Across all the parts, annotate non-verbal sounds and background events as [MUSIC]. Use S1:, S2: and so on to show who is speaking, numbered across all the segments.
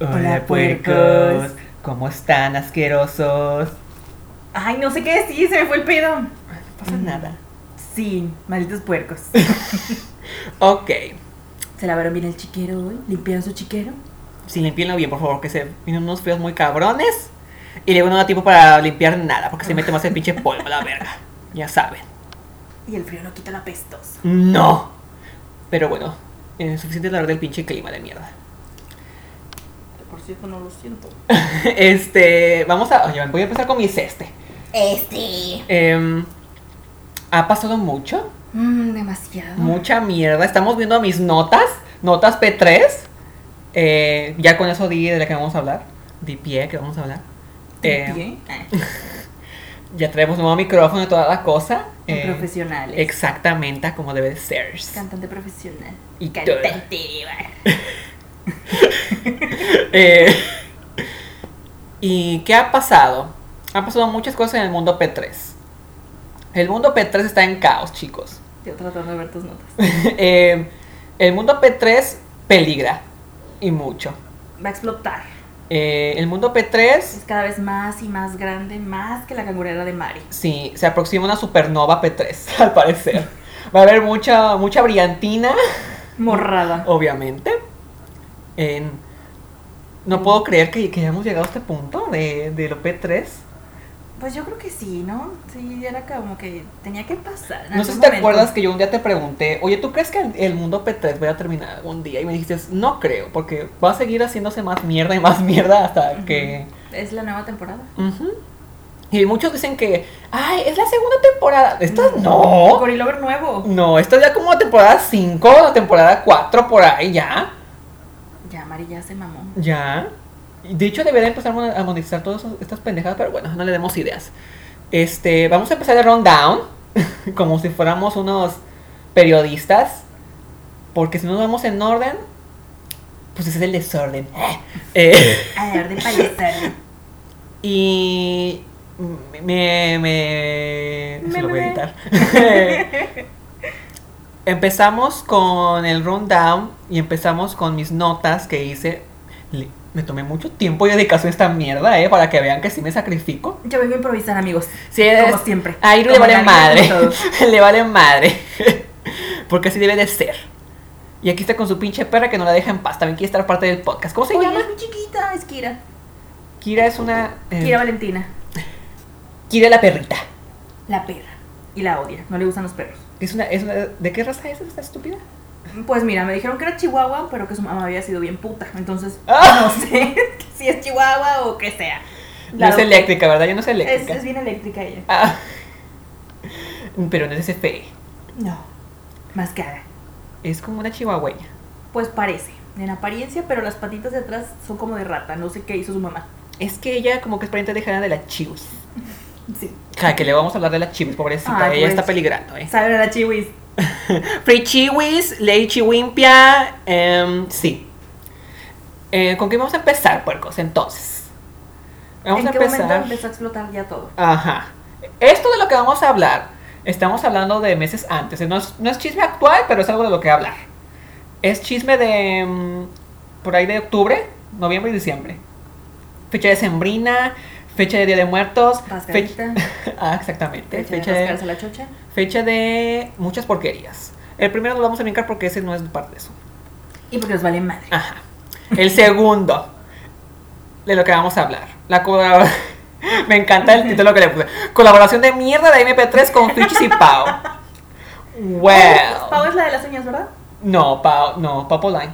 S1: Hola, puercos. ¿Cómo están, asquerosos?
S2: Ay, no sé qué decir, se me fue el pedo.
S1: No pasa nada.
S2: Sí, malditos puercos.
S1: Ok.
S2: Se lavaron bien el chiquero hoy, limpiaron su chiquero.
S1: Sí, limpienlo bien, por favor, que se vienen unos feos muy cabrones. Y luego no da tiempo para limpiar nada, porque se mete más el pinche polvo a la verga. Ya saben.
S2: Y el frío no quita la pestosa.
S1: No. Pero bueno, eh, suficiente hablar del pinche clima de mierda. [LAUGHS]
S2: Por cierto, no lo siento.
S1: Este, vamos a. Oye, voy a empezar con mi ceste.
S2: Este.
S1: Em, ha pasado mucho,
S2: Mmm, demasiado.
S1: Ah. mucha mierda. Estamos viendo mis notas, notas P3. Eh, ya con eso di de la que vamos a hablar. Di pie que vamos a hablar. Eh,
S2: Bien. Ah,
S1: ya traemos nuevo micrófono y toda la cosa. Eh,
S2: profesionales.
S1: exactamente como debe de ser.
S2: Cantante profesional.
S1: Y
S2: Cantante diva.
S1: Eh, [LAUGHS] ¿Y qué ha pasado? Han pasado muchas cosas en el mundo P3. El mundo P3 está en caos, chicos. [LAUGHS]
S2: Yo tratando de ver tus notas.
S1: Eh, el mundo P3 peligra. Y mucho.
S2: Va a explotar.
S1: Eh, el mundo P3,
S2: Es cada vez más y más grande, más que la cangurera de Mari.
S1: sí, se aproxima una supernova P3, [LAUGHS] al parecer. Va a haber mucha, mucha brillantina,
S2: Morrada.
S1: obviamente. En- no puedo creer que, que hayamos llegado a este punto de, de lo P3.
S2: Pues yo creo que sí, ¿no? Sí, era como que tenía que pasar. en
S1: No sé si
S2: algún
S1: te
S2: momento.
S1: acuerdas que yo un día te pregunté, oye, ¿tú crees que el, el mundo P3 vaya a terminar algún día? Y me dijiste, no creo, porque va a seguir haciéndose más mierda y más mierda hasta que...
S2: Es la nueva temporada.
S1: Ujú. Y muchos dicen que, ay, es la segunda temporada. Esta no.
S2: Gorilover nuevo.
S1: No, esta es ya como la temporada 5, la temporada 4 por ahí, ya.
S2: Ya, Mari ya se mamó.
S1: Ya. Y De hecho, debería empezar mon- a monetizar todas esas- estas pendejadas, pero bueno, no le demos ideas. Este, vamos a empezar el rundown, [LAUGHS] como si fuéramos unos periodistas, porque si no nos vamos en orden, pues ese es el desorden. [LAUGHS] Eh.
S2: A ver, de
S1: [LAUGHS]
S2: palizar.
S1: Y me, me, me-
S2: Me,
S1: se lo voy a
S2: me,
S1: editar. [LAUGHS] empezamos con el rundown y empezamos con mis notas que hice. Le- me tomé mucho tiempo y dedicación a esta mierda, eh, para que vean que sí me sacrifico.
S2: Yo vengo a improvisar, amigos.
S1: Sí,
S2: Como
S1: es-
S2: siempre.
S1: A Iru le
S2: Como
S1: vale
S2: la vida,
S1: madre.
S2: como
S1: [LAUGHS]
S2: todos.
S1: le vale madre. Porque así debe de ser. Y aquí está con su pinche perra que no la deja en paz. También quiere estar parte del podcast. ¿Cómo se
S2: Oye,
S1: llama?
S2: es muy chiquita, es Kira.
S1: Kira es una. eh,
S2: Kira Valentina.
S1: Kira la perrita.
S2: La perra. Y la odia. No le gustan los perros.
S1: Es una, es una- ¿De qué raza es esta estúpida?
S2: Pues mira, me dijeron que era chihuahua, pero que su mamá había sido bien puta. Entonces,
S1: ¡Ah!
S2: no sé [LAUGHS] si es chihuahua o que sea.
S1: No
S2: La
S1: es
S2: adopté.
S1: eléctrica, ¿verdad? Yo no soy
S2: Es,
S1: eléctrica.
S2: es bien eléctrica ella.
S1: Ah. [LAUGHS] Pero no es E. SFE.
S2: No. Más cara.
S1: Es como una chihuahueña.
S2: Pues parece. En apariencia, pero las patitas de atrás son como de rata. No sé qué hizo su mamá.
S1: Es que ella como que es pariente lejana de la Chius.
S2: Sí.
S1: Ja, que le vamos a hablar de la Chius, pobrecita.
S2: Ay,
S1: ella está
S2: pobrecita.
S1: peligrando, ¿eh?
S2: Saben a la chihuis.
S1: Free Chiwis, Ley Chiwimpia. em, sí. Eh, ¿Con qué vamos a empezar, puercos? Entonces. Vamos
S2: ¿En
S1: a
S2: qué
S1: empezar.
S2: momento empezó a explotar ya todo?
S1: Ajá. Esto de lo que vamos a hablar, estamos hablando de meses antes. No es, no es chisme actual, pero es algo de lo que hablar. Es chisme de. mm, por ahí de octubre, noviembre y diciembre. Fecha de sembrina, fecha de Día de Muertos.
S2: Rascadita.
S1: fecha- [LAUGHS] ah, exactamente.
S2: Fecha de
S1: Fecha de,
S2: rascarse la chocha.
S1: fecha de muchas porquerías. El primero lo vamos a brincar porque ese no es parte de eso.
S2: Y porque nos vale madre.
S1: Ajá. El segundo de lo que vamos a hablar. La colabora- [LAUGHS] Me encanta el título que le puse. Colaboración de mierda de MP3 con Fichis y Pau.
S2: pues, Pau
S1: Well.
S2: es la de las uñas, ¿verdad?
S1: No, Pau, no, Pau Line.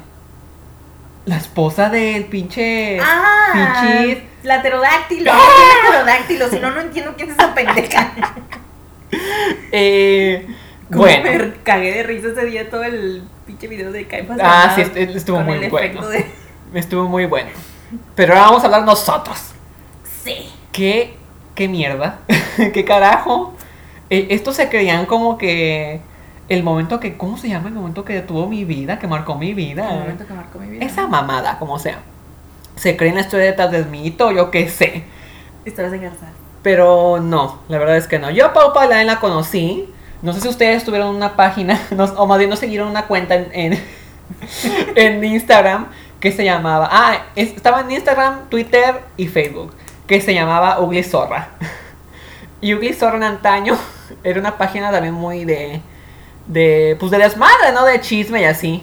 S1: La esposa del pinche
S2: Ah.
S1: Fichis.
S2: La pterodáctilo.
S1: ¡Ah!
S2: ¿Quién es pterodáctilo? Si no, no entiendo quién es esa pendeja.
S1: [LAUGHS] Eh,
S2: Como
S1: bueno.
S2: Me cagué de risa ese día todo el pinche video de Caipas.
S1: Ah,
S2: Armado
S1: sí, est- estuvo
S2: con
S1: muy
S2: el
S1: bueno.
S2: efecto de-
S1: Estuvo muy bueno. Pero ahora vamos a hablar nosotros.
S2: Sí.
S1: ¿Qué, qué mierda? [LAUGHS] ¿Qué carajo? Eh, estos se creían como que el momento que, ¿cómo se llama? El momento que detuvo mi vida, que marcó mi vida.
S2: El momento que marcó mi vida.
S1: Ah. Esa mamada, como sea. Se creen la historia detrás del mito, yo qué sé.
S2: Historias de Garzal.
S1: Pero no, la verdad es que no. Yo a Pau Palain [LAUGHS] la conocí. No sé si ustedes tuvieron una página, no- o más bien no siguieron una cuenta en, [LAUGHS] en- en Instagram que se llamaba. Ah, es- estaba en Instagram, Twitter y Facebook. Que se llamaba Ugly Zorra. [LAUGHS] Y Ugly Zorra en antaño [LAUGHS] era una página también muy de. de pues de desmadre, ¿no? De chisme y así.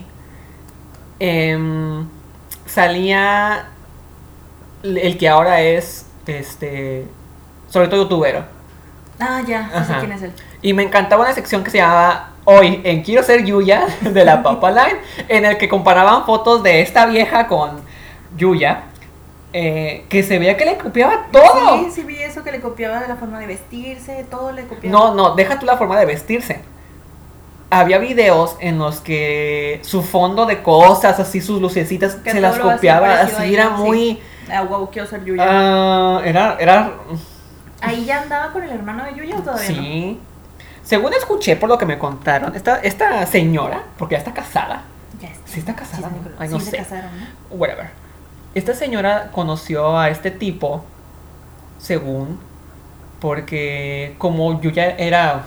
S1: Em, salía el que ahora es. Este. Sobre todo youtubero.
S2: Ah, ya, no sé
S1: Ajá.
S2: quién es él.
S1: Y me encantaba una sección que se llamaba Hoy en Quiero ser Yuya [LAUGHS] de la Papa Line, en el que comparaban fotos de esta vieja con Yuya, eh, que se veía que le copiaba todo.
S2: Sí, sí vi eso que le copiaba de la forma de vestirse, todo le copiaba.
S1: No, no, deja tú la forma de vestirse. Había videos en los que su fondo de cosas, así sus lucecitas,
S2: Que
S1: se
S2: todo
S1: las
S2: lo hacía
S1: copiaba,
S2: parecido
S1: así
S2: a
S1: era
S2: ella, sí.
S1: muy...
S2: Ah, wow, quiero ser Yuya.
S1: ah, era, era
S2: Ahí ya andaba con el hermano de Yuya o todavía no.
S1: Sí. Según escuché por lo que me contaron, esta, esta señora, porque ya está casada,
S2: Ya está.
S1: Sí está casada,
S2: Sí,
S1: ¿no?
S2: está-
S1: Ay, no
S2: sí se
S1: sé.
S2: casaron, ¿no?
S1: whatever. Esta señora conoció a este tipo, según, porque como Yuya era...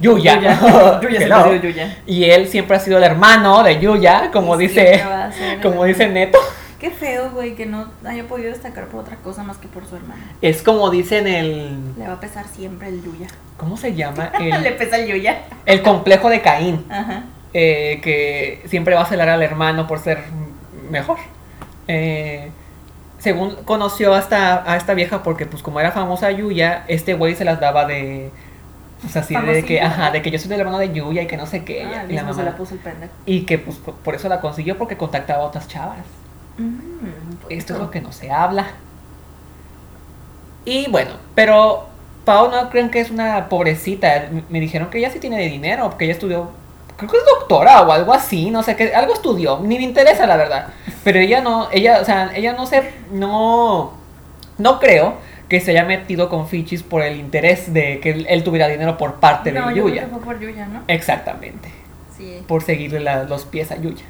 S1: Yuya. [LAUGHS]
S2: Yuya, Yuya se
S1: Hello.
S2: casó de Yuya.
S1: Y él siempre ha sido el hermano de Yuya, como
S2: Sí,
S1: dice...
S2: siempre va a ser el
S1: Como
S2: hermano.
S1: dice Neto.
S2: Qué feo, güey, que no haya podido destacar por otra cosa más que por su hermana.
S1: Es como dicen el...
S2: Le va a pesar siempre el Yuya.
S1: ¿Cómo se llama?
S2: [LAUGHS] Le
S1: El,
S2: pesa el Yuya.
S1: el complejo de Caín.
S2: Ajá.
S1: eh, que siempre va a celar al hermano por ser mejor. Eh, según conoció hasta a esta vieja, porque pues como era famosa Yuya, este güey se las daba de. Pues así de
S2: Famosilla.
S1: que, ajá, de que yo soy del hermano de Yuya y que no sé qué.
S2: Ah,
S1: y, Eh, la
S2: mismo se
S1: mamá-
S2: la puso el pendejo.
S1: y que pues por, por eso la consiguió, porque contactaba a otras chavas.
S2: Mm,
S1: Esto es lo que no se habla. Y bueno, pero Pau no creen que es una pobrecita. M- Me dijeron que ella sí tiene de dinero, porque ella estudió, creo que es doctora o algo así, no sé qué, algo estudió, ni me interesa la verdad. Pero ella no, ella, o sea, ella no se, no, no creo que se haya metido con Fichis por el interés de que él, él tuviera dinero por parte
S2: No,
S1: de
S2: yo creo
S1: Yuya. Eh,
S2: que fue por Yuya, ¿no?
S1: Exactamente,
S2: Sí,
S1: por seguirle la- los pies a Yuya.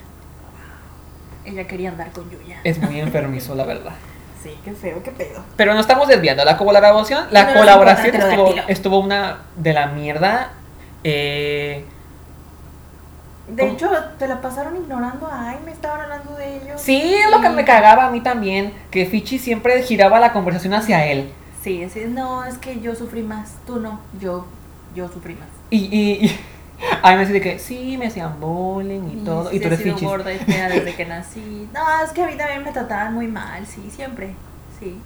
S2: ella quería andar con Yuya.
S1: Es muy enfermizo, la verdad.
S2: Sí, qué feo, qué pedo.
S1: Pero no estamos desviando. La colaboración, la
S2: No nos
S1: colaboración
S2: importa,
S1: estuvo,
S2: pterodáctilo.
S1: estuvo una de la mierda. Eh,
S2: De
S1: ¿Cómo?
S2: hecho, te la pasaron ignorando. Ay, me estaban hablando de ellos.
S1: sí, es
S2: Mm.
S1: lo que me cagaba a mí también, que Fichi siempre giraba la conversación hacia él.
S2: Sí, así, no, es que yo sufrí más. Tú no, yo, yo sufrí más.
S1: Y, y, y [LAUGHS] a mí me decía de que sí, me hacían bullying y todo. Y
S2: sí,
S1: tú
S2: he
S1: eres
S2: sido
S1: Fichi.
S2: gorda y fea desde que nací.
S1: [LAUGHS]
S2: No, es que a mí también me trataban muy mal, sí, siempre. Sí.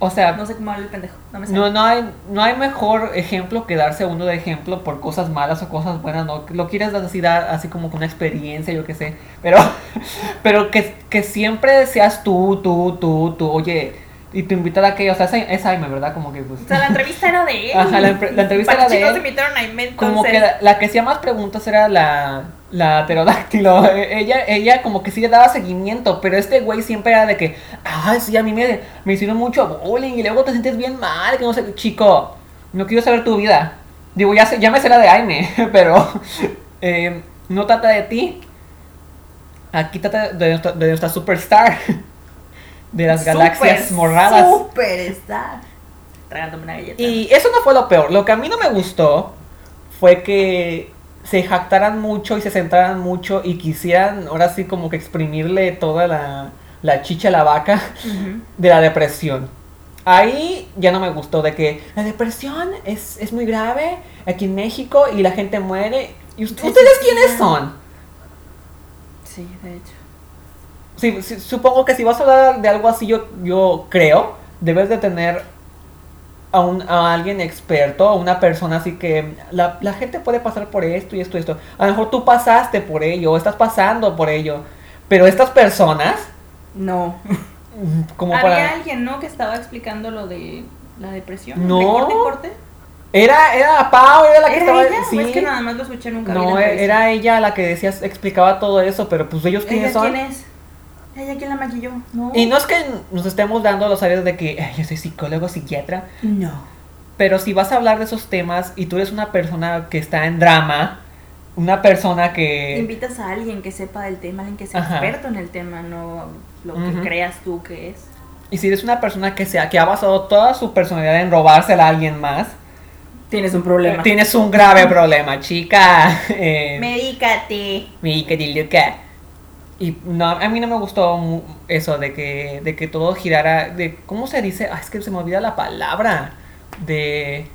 S1: O sea,
S2: No sé cómo habla el pendejo. No me sé.
S1: no, no, hay, no hay mejor ejemplo que darse uno de ejemplo por cosas malas o cosas buenas. No lo quieres dar así, dar así como con una experiencia, yo qué sé. Pero, [LAUGHS] pero que, que siempre seas tú, tú, tú, tú. Oye, y tu invitada que, o sea, es, Ai- es Aime, ¿verdad? Como que pues.
S2: O sea, la entrevista era de él.
S1: Ajá, la empre- la entrevista era de
S2: Para
S1: él.
S2: chicos invitaron a Aime, entonces.
S1: Como que la, la que hacía más preguntas era la, la pterodáctilo. [LAUGHS] E- Ella, ella como que sí le daba seguimiento, pero este güey siempre era de que, ay, sí, a mí me, me hicieron mucho bullying y luego te sientes bien mal, que no sé, qué". chico, no quiero saber tu vida. Digo, ya, sé- ya me sé la de Aime, [LAUGHS] pero eh, no trata de ti. Aquí trata de nuestra, de nuestra superstar, [LAUGHS] de las galaxias
S2: Súper,
S1: morradas.
S2: Súper está. Tragándome una galleta.
S1: Y eso no fue lo peor. Lo que a mí no me gustó fue que se jactaran mucho y se sentaran mucho y quisieran ahora sí como que exprimirle toda la, la chicha a la vaca
S2: Ujú.
S1: de la depresión. Ahí ya no me gustó de que la depresión es, es muy grave aquí en México y la gente muere. ¿Y ust-
S2: Sí, sí,
S1: ustedes
S2: sí,
S1: quiénes
S2: ya.
S1: son?
S2: Sí, de hecho.
S1: Sí, sí, supongo que si vas a hablar de algo así, yo, yo creo, debes de tener a, un, a alguien experto, a una persona así que la, la gente puede pasar por esto y esto y esto. A lo mejor tú pasaste por ello, o estás pasando por ello, pero estas personas,
S2: No.
S1: mm, como
S2: Había
S1: para...
S2: alguien, ¿no? Que estaba explicando lo de la depresión.
S1: No.
S2: ¿De corte, corte?
S1: Era, era Pau, era la que
S2: ¿Era
S1: estaba...
S2: ella?
S1: sí.
S2: ¿O es que nada más lo escuché nunca? vi la
S1: no,
S2: entrevista?
S1: era ella la que decías, explicaba todo eso, pero pues ellos
S2: ¿Ella
S1: quiénes son.
S2: quién es? ¿Ella quién la maquilló? No.
S1: Y no es que nos estemos dando los áreas de que "Ay, yo soy psicólogo, psiquiatra.
S2: No.
S1: Pero si vas a hablar de esos temas y tú eres una persona que está en drama, una persona que...
S2: Invitas a alguien que sepa del tema, alguien que sea
S1: Eh. Ajá.
S2: experto en el tema, no lo que
S1: Ujú.
S2: creas tú que es.
S1: Y si eres una persona que, se, ha- que ha basado toda su personalidad en robársela a alguien más,
S2: Tienes un problema.
S1: tienes un grave problema, chica. [LAUGHS] Eh,
S2: Medícate. [LAUGHS]
S1: mi querido que- Y no, a mí no me gustó mu- eso de que, de que todo girara. De, ¿Cómo se dice? Ah, es que se me olvida la palabra. De.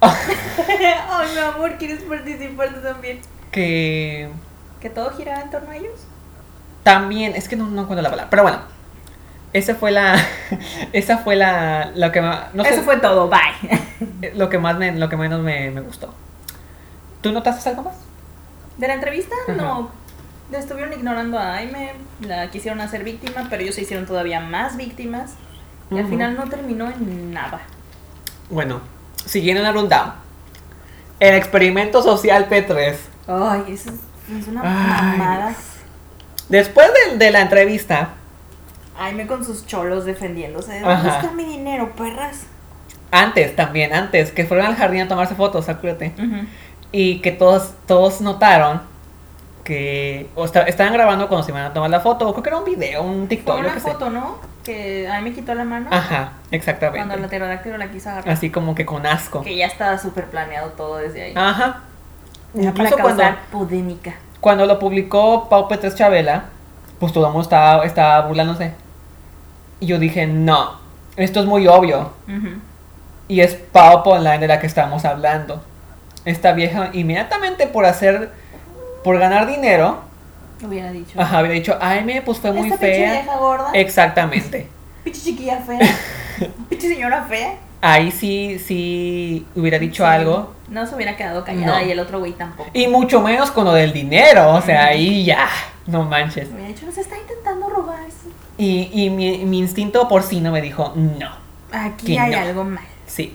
S2: Ay, mi amor, ¿quieres participar tú también?
S1: Que.
S2: ¿Que todo giraba en torno a ellos?
S1: También. Es que no, no encuentro la palabra. Pero bueno. Esa fue la. [LAUGHS] esa fue la. Lo que, ma- no sé,
S2: Eso fue todo, bye.
S1: lo que más me, lo que menos me, me gustó. ¿Tú notaste algo más?
S2: De la entrevista,
S1: Ajá.
S2: no. La estuvieron ignorando a Aime, la quisieron hacer víctima, pero ellos se hicieron todavía más víctimas. Y al
S1: Ujú.
S2: final no terminó en nada.
S1: Bueno. Siguiendo la rundown. El experimento social P3.
S2: Ay, eso es, es una
S1: Ay.
S2: mamada.
S1: Después de, de la entrevista,
S2: Aime con sus cholos defendiéndose. ¿Dónde
S1: Ajá.
S2: está mi dinero, perras?
S1: antes también, antes, que fueron al jardín a tomarse fotos, acuérdate. Y que todos, todos notaron que o esta- estaban grabando cuando se iban a tomar la foto, o creo que era un video, un
S2: Fue
S1: TikTok, lo
S2: una
S1: que
S2: foto, ¿no? Que Aime quitó la mano
S1: sea. Ajá,
S2: cuando el
S1: exactamente.
S2: pterodáctilo la quiso agarrar.
S1: Así como que con asco.
S2: Que ya estaba súper planeado todo desde ahí.
S1: Ajá.
S2: Era para
S1: Ah, Incluso cuando,
S2: causar polémica.
S1: cuando lo publicó Pau Petres Chabela, pues todo el mundo estaba, estaba burlándose. Y yo dije, no, esto es muy obvio.
S2: Ujú.
S1: Y es Pau Online de la que estamos hablando. Esta vieja inmediatamente por hacer, por ganar dinero,
S2: Hubiera dicho.
S1: ajá, había dicho, ay, me, pues fue muy
S2: Esta pinche
S1: fea. Eh,
S2: vieja gorda.
S1: Exactamente.
S2: pinche chiquilla
S1: [LAUGHS]
S2: fea. pinche señora fea.
S1: Ahí sí, sí hubiera dicho
S2: Sí.
S1: algo.
S2: No se hubiera quedado callada
S1: No.
S2: y el otro güey tampoco.
S1: Y mucho menos con lo del dinero, o sea,
S2: Ujú.
S1: ahí ya, no manches.
S2: Hubiera dicho, se está intentando robarse.
S1: Y, y mi, mi instinto porcino me dijo, no,
S2: Aquí
S1: Que
S2: hay
S1: no.
S2: algo mal.
S1: sí.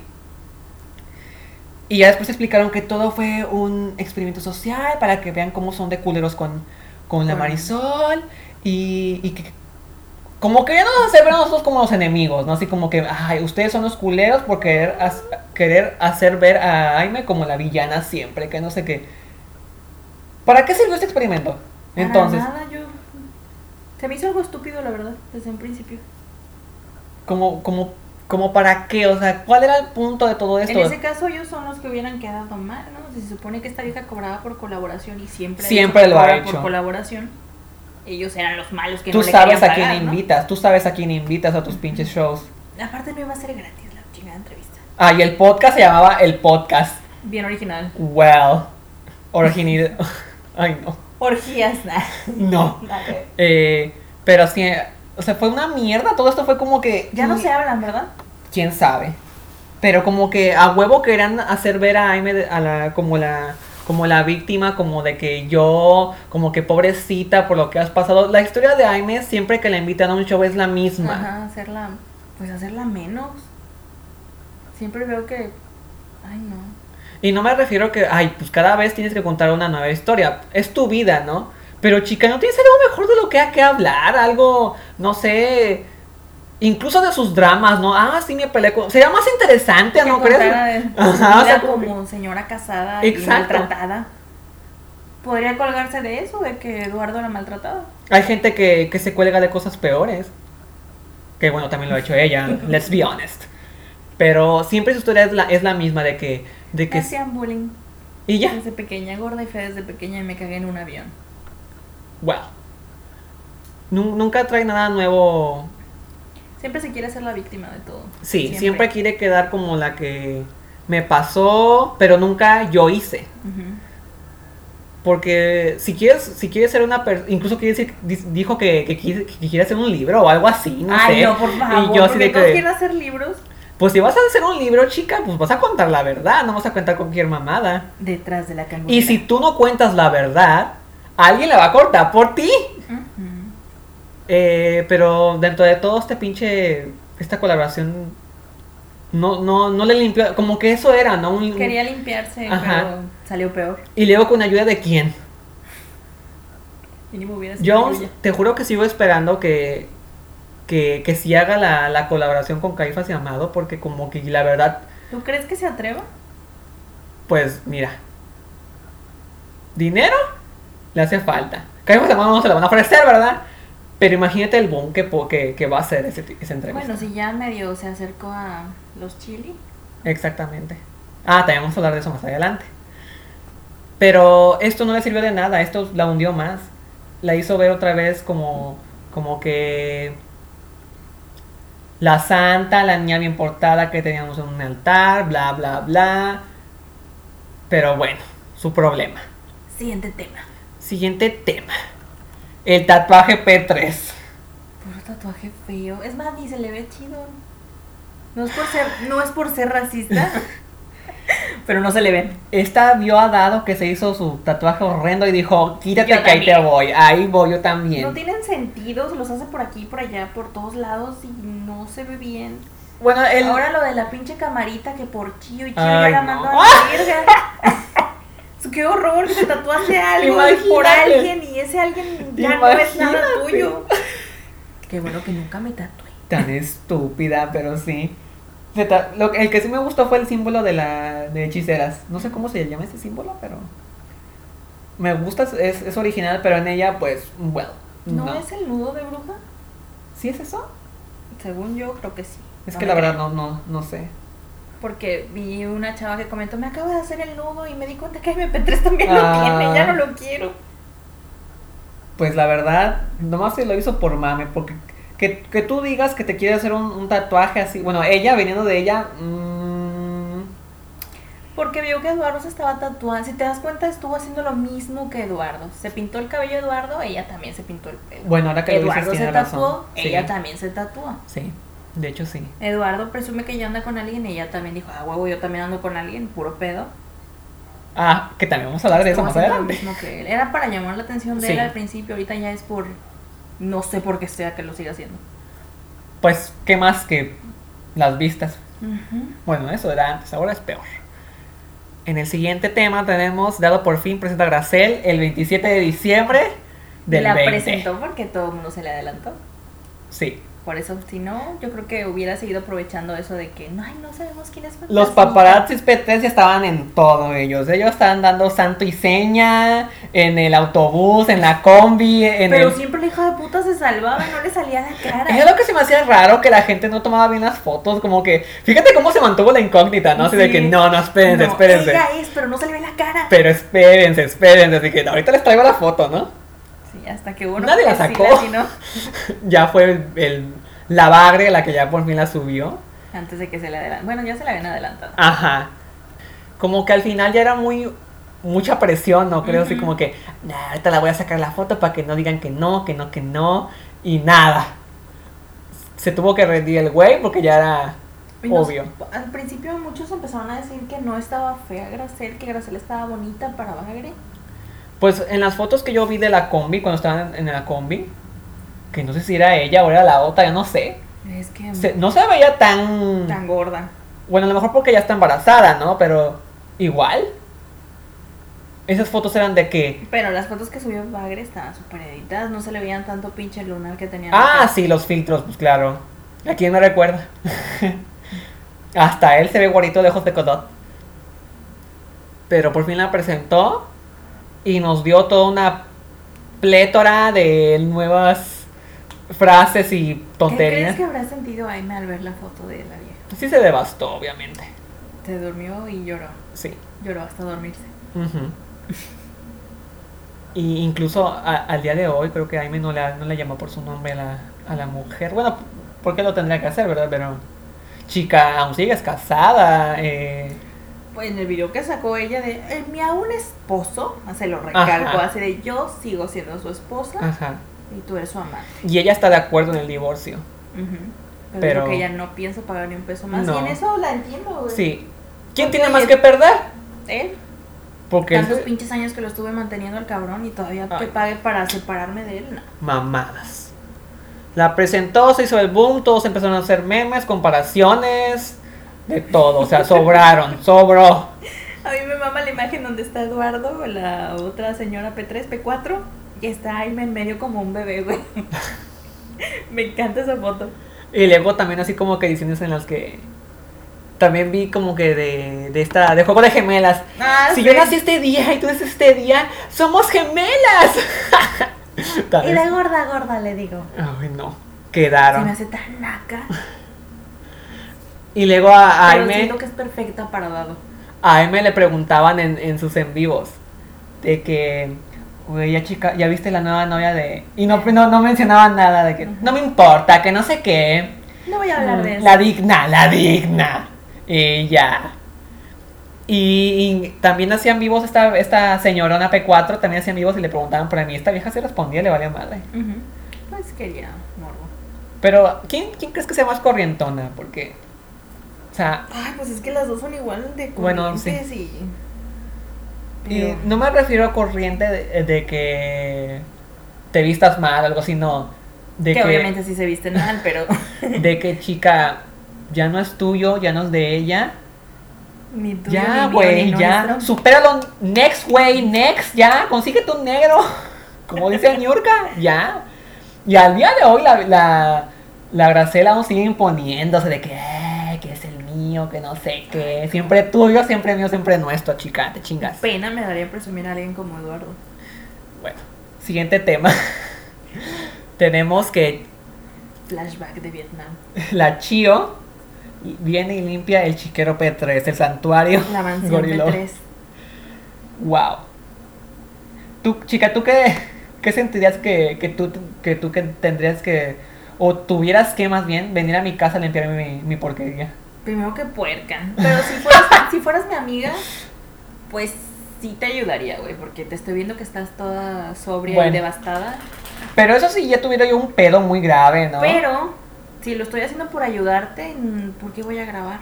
S1: Y ya después explicaron que todo fue un experimento social para que vean cómo son de culeros con, con la
S2: Con-
S1: Marisol y, y que como queriéndonos hacer ver a nosotros como los enemigos, ¿no? Así como que, ay, ustedes son los culeros por querer, has- querer hacer ver a Aime como la villana siempre, que no sé qué. ¿Para qué sirvió este experimento?
S2: Para
S1: Entonces,
S2: nada, yo. Se me hizo algo estúpido, la verdad, desde un principio.
S1: como, como, como para qué, o sea, ¿cuál era el punto de todo esto?
S2: En ese caso, ellos son los que hubieran quedado mal, ¿no? Si se supone que esta vieja cobraba por colaboración y siempre. ha dicho
S1: Siempre
S2: que
S1: lo ha
S2: cobra
S1: hecho.
S2: Por colaboración. Ellos eran los malos que
S1: Tú
S2: no le
S1: sabes
S2: querían
S1: a quién
S2: pagar, ¿no?
S1: invitas, tú sabes a quién invitas a tus pinches shows.
S2: Aparte, no iba a ser gratis la chingada entrevista.
S1: Ah, y el podcast se llamaba El Podcast.
S2: Bien original.
S1: Well, original. [LAUGHS] Ay, no.
S2: Orgías, nada.
S1: No.
S2: Dale.
S1: Eh, pero sí, o sea, fue una mierda. Todo esto fue como que.
S2: Ya no se hablan, ¿verdad?
S1: Quién sabe. Pero como que a huevo querían hacer ver a Aime de- a la, como la como la víctima, como de que yo, como que pobrecita por lo que has pasado. La historia de Aime siempre que la invitan a un show es la misma.
S2: Ajá, hacerla. Pues hacerla menos. Siempre veo que. Ay, no.
S1: Y no me refiero que, ay, pues cada vez tienes que contar una nueva historia. Es tu vida, ¿no? Pero chica, ¿no tienes algo mejor de lo que, que hablar? Algo, no sé, incluso de sus dramas, ¿no? Ah, sí, me peleé con... Sería más interesante,
S2: Que
S1: ¿no crees?
S2: contara de su
S1: Ajá, o
S2: vida
S1: sea,
S2: como señora casada y
S1: Exacto.
S2: maltratada. Podría colgarse de eso, de que Eduardo la maltrataba.
S1: Hay gente que, que se cuelga de cosas peores. Que bueno, también lo ha hecho ella, let's be honest. Pero siempre su historia es la, es la misma de que... De
S2: Me
S1: que
S2: hacían bullying
S1: y ya.
S2: desde pequeña, gorda y fea desde pequeña y me cagué en un avión.
S1: Wow. Nu- Nunca trae nada nuevo
S2: Siempre se quiere ser la víctima de todo.
S1: Sí, siempre. quiere quedar como la que me pasó, pero nunca yo hice.
S2: Ujú.
S1: Porque si quieres, si quieres ser una persona, incluso quiere decir, di- dijo que, que, quise- que quiere hacer un libro o algo así, no
S2: Ay,
S1: sé.
S2: no, por favor.
S1: y yo así
S2: porque
S1: de
S2: todos
S1: que,
S2: quieren hacer libros
S1: pues si vas a hacer un libro, chica, pues vas a contar la verdad, no vas a contar cualquier mamada.
S2: detrás de la cangurera.
S1: Y si tú no cuentas la verdad, alguien la va a cortar por ti.
S2: Ujú.
S1: Eh, pero dentro de todo este pinche, esta colaboración, no, no, no le limpió, como que eso era, ¿no? Un-
S2: Quería limpiarse,
S1: Ajá.
S2: pero salió peor.
S1: Y luego con ayuda de quién.
S2: Mínimo hubiera sido
S1: Yo
S2: ella.
S1: te juro que sigo esperando que, que, que sí haga la, la colaboración con Caifas y Amado, porque como que la verdad,
S2: ¿Tú crees que se atreva?
S1: pues mira, dinero le hace falta. Caifas y Amado no se la van a ofrecer, ¿verdad? Pero imagínate el boom que, po- que, que va a ser ese, ti- esa entrevista.
S2: Bueno, si ya medio se acercó a los chili.
S1: Exactamente. Ah, también vamos a hablar de eso más adelante. Pero esto no le sirvió de nada, esto la hundió más. la hizo ver otra vez como, como que la santa, la niña bien portada que teníamos en un altar, bla, bla, bla. Pero bueno, su problema.
S2: Siguiente tema.
S1: Siguiente tema. El tatuaje P3.
S2: Puro tatuaje feo. Es más, ni se le ve chido. No es por ser, no es por ser racista. [LAUGHS] pero no se le ven.
S1: Esta vio a Dado que se hizo su tatuaje horrendo y dijo, quítate
S2: Yo
S1: que ahí te
S2: también.
S1: voy, ahí voy yo también.
S2: No tienen sentido, se los hace por aquí, por allá, por todos lados y no se ve bien.
S1: Bueno, el...
S2: Ahora lo de la pinche camarita que por chillo y chillo
S1: Ay,
S2: ya la
S1: no. ¡Ah!
S2: mando a la verga. [LAUGHS] ¡Qué horror! Que te tatuaste algo por
S1: Imagínate.
S2: alguien y ese alguien ya no es nada
S1: Imagínate.
S2: tuyo. Qué bueno que nunca me tatué.
S1: tan estúpida, pero sí. Se ta- lo- el que sí me gustó fue el símbolo de la de hechiceras. No sé cómo se llama ese símbolo, pero me gusta, es, es original, pero en ella pues, well,
S2: ¿No,
S1: no.
S2: es el nudo de bruja?
S1: ¿Sí es eso?
S2: Según yo, creo que sí.
S1: Es
S2: No
S1: que
S2: me
S1: la verdad
S2: creo.
S1: no no no sé.
S2: Porque vi una chava que comentó, me acabo de hacer el nudo y me di cuenta que MP3 también
S1: Ah.
S2: lo tiene, ya no lo quiero.
S1: Pues la verdad, nomás se lo hizo por mame, porque que, que tú digas que te quiere hacer un, un tatuaje así, bueno, ella, viniendo de ella, mm,
S2: Porque vio que Eduardo se estaba tatuando. Si te das cuenta, estuvo haciendo lo mismo que Eduardo. Se pintó el cabello Eduardo, ella también se pintó el pelo.
S1: bueno, ahora Ah, que lo dices
S2: Eduardo se
S1: tiene razón.
S2: tatuó,
S1: Sí,
S2: ella también se tatúa.
S1: Sí, de hecho sí.
S2: Eduardo presume que ya anda con alguien, ella también dijo, ah, huevo, yo también ando con alguien, puro pedo.
S1: Ah, que también vamos a hablar de eso
S2: Estuvo
S1: más
S2: haciendo lo
S1: adelante.
S2: mismo que él. Era para llamar la atención de
S1: Sí.
S2: él al principio, ahorita ya es por... No sé por qué sea que lo siga haciendo.
S1: Pues, ¿qué más que las vistas? Bueno, eso era antes, ahora es peor. En el siguiente tema tenemos, dado por fin, presenta a Gracel el 27 de diciembre del
S2: la
S1: 20.
S2: presentó porque todo el mundo se le adelantó.
S1: Sí.
S2: Por eso, si no, yo creo que hubiera seguido aprovechando eso de que, no, ay, no sabemos quién es
S1: Los
S2: Fantasmita".
S1: paparazzis P3 ya estaban en todo ellos. Ellos estaban dando santo y seña, en el autobús, en la combi, en
S2: Pero
S1: el...
S2: siempre la hija de puta se salvaba, no le salía la cara.
S1: [LAUGHS] Es lo que se me hacía raro que la gente no tomaba bien las fotos, como que... Fíjate cómo se mantuvo la incógnita, ¿no? Así de
S2: Sí.
S1: que, no, no, espérense,
S2: No,
S1: espérense.
S2: Ella es, pero no se le ve la cara.
S1: Pero espérense, espérense. Así que ahorita les traigo la foto, ¿no?
S2: Sí, hasta que uno
S1: Nadie la
S2: que sí
S1: sacó.
S2: atinó
S1: Ya fue el, el- la bagre la que ya por fin la subió.
S2: antes de que se le adelantara. Bueno, ya se la habían adelantado.
S1: Ajá. Como que al final ya era muy mucha presión, ¿no? Creo así
S2: Ujú.
S1: como que, "Nah, ahorita la voy a sacar la foto para que no digan que no, que no, que no. Y nada. Se tuvo que rendir el güey porque ya era
S2: Y nos-
S1: obvio.
S2: al principio muchos empezaron a decir que no estaba fea Gracel, que Gracel estaba bonita para Bagre.
S1: Pues en las fotos que yo vi de la combi, cuando estaban en la combi, que no sé si era ella o era la otra, yo no sé.
S2: Es que
S1: se- no se veía tan...
S2: Em. tan gorda.
S1: Bueno, a lo mejor porque ya está embarazada, ¿no? Pero igual. Esas fotos eran de que...
S2: Pero las fotos que subió Bagre estaban súper editadas, no se le veían tanto pinche lunar que tenía. en la
S1: Ah,
S2: cara.
S1: sí, los filtros, pues claro. ¿A quién no recuerda? [LAUGHS] Hasta él se ve guarito de ojos de Codot. Pero por fin la presentó y nos dio toda una plétora de nuevas frases
S2: ¿Qué
S1: y
S2: crees
S1: tonterías.
S2: que habrá sentido Aime al ver la foto de la vieja?
S1: Sí se devastó, obviamente.
S2: Se durmió y lloró.
S1: Sí.
S2: Lloró hasta dormirse.
S1: Ujú. Y incluso a- al día de hoy creo que Aime no la, no le llamó por su nombre a la, a la mujer. Bueno, porque lo tendría que hacer, ¿verdad? Pero chica, aún sigues casada. eh,
S2: Pues en el video que sacó ella de eh, mi aún esposo, se lo recalco,
S1: Ajá.
S2: así de yo sigo siendo su esposa
S1: ajá.
S2: y tú eres su amante.
S1: Y ella está de acuerdo en el divorcio.
S2: Ujú. Pero,
S1: Pero-
S2: creo que ella no piensa pagar ni un peso más.
S1: No.
S2: Y en eso la entiendo, güey.
S1: Sí. ¿Quién tiene
S2: Ok.
S1: más que perder?
S2: Él,
S1: Porque
S2: tantos
S1: él-
S2: pinches años que lo estuve manteniendo al cabrón y todavía que
S1: Ay.
S2: pague para separarme de él, no.
S1: mamadas. La presentó, se hizo el boom, todos empezaron a hacer memes, comparaciones, de todo. O sea, sobraron, sobró.
S2: A mí me mama la imagen donde está Eduardo, la otra señora P3, P4, y está Aime en medio como un bebé, güey. [LAUGHS] me encanta esa foto.
S1: Y luego también así como que ediciones en las que también vi como que de, de esta, de juego de gemelas.
S2: Ah,
S1: si
S2: sí.
S1: yo nací este día y tú naces este día, somos
S2: [LAUGHS]
S1: gemelas. Tal
S2: Y
S1: vez-
S2: la gorda, gorda, le digo.
S1: Ay, no.
S2: Se me
S1: Quedaron.
S2: hace tan naca.
S1: Y luego a
S2: Pero
S1: Aime,
S2: siento que es perfecta para dado.
S1: a Aime le preguntaban en, en sus en vivos de que, Güey, ya chica, ya viste la nueva novia de. Y no, no, no mencionaba nada de que. No me importa, que no sé qué.
S2: No voy a hablar de eso.
S1: Mm, La digna, la digna. Y ya. Y, y también hacían vivos esta, esta señorona P4, también hacían vivos y le preguntaban por mí. Esta vieja se respondía, le valía madre.
S2: Ujú. Pues quería morbo.
S1: Pero, ¿quién, ¿quién crees que sea más corrientona? Porque. O sea,
S2: Ay, pues es que las dos son igual de
S1: Bueno, sí.
S2: corrientes y...
S1: y
S2: Pero-
S1: no me refiero a corriente de, de que te vistas mal, algo así, no. De
S2: que, obviamente sí se visten mal,
S1: [LAUGHS]
S2: pero
S1: de que chica ya no es tuyo, ya no es de ella.
S2: ni tú
S1: ya,
S2: ni mío,
S1: güey,
S2: ni
S1: ya.
S2: nuestro.
S1: Supéralo. Next, güey, next, ya. Consíguete un negro. [LAUGHS] Como dice Ñurka, ya. Y al día de hoy la, la, la Graciela aún sigue imponiéndose de que, "Eh, que es el mío, que no sé qué. Siempre tuyo, siempre mío, siempre nuestro, chica. Te chingas.
S2: Pena me daría presumir a alguien como Eduardo.
S1: Bueno, siguiente tema. [LAUGHS] Tenemos que
S2: Flashback de Vietnam.
S1: la Chio viene y limpia el chiquero P3, el santuario.
S2: La
S1: [LAUGHS]
S2: mansión
S1: gorilón.
S2: P3.
S1: Wow. Tú, chica, ¿tú qué, qué sentirías que, que tú que tú que tendrías que o tuvieras que más bien venir a mi casa a limpiar mi, mi porquería?
S2: Primero que puerca. Pero si fueras, [LAUGHS] si fueras mi amiga, pues sí te ayudaría, güey, porque te estoy viendo que estás toda sobria
S1: Bueno.
S2: y devastada.
S1: Pero eso sí ya tuviera yo un pedo muy grave, ¿no?
S2: Pero si lo estoy haciendo por ayudarte, mm, ¿por qué voy a grabar?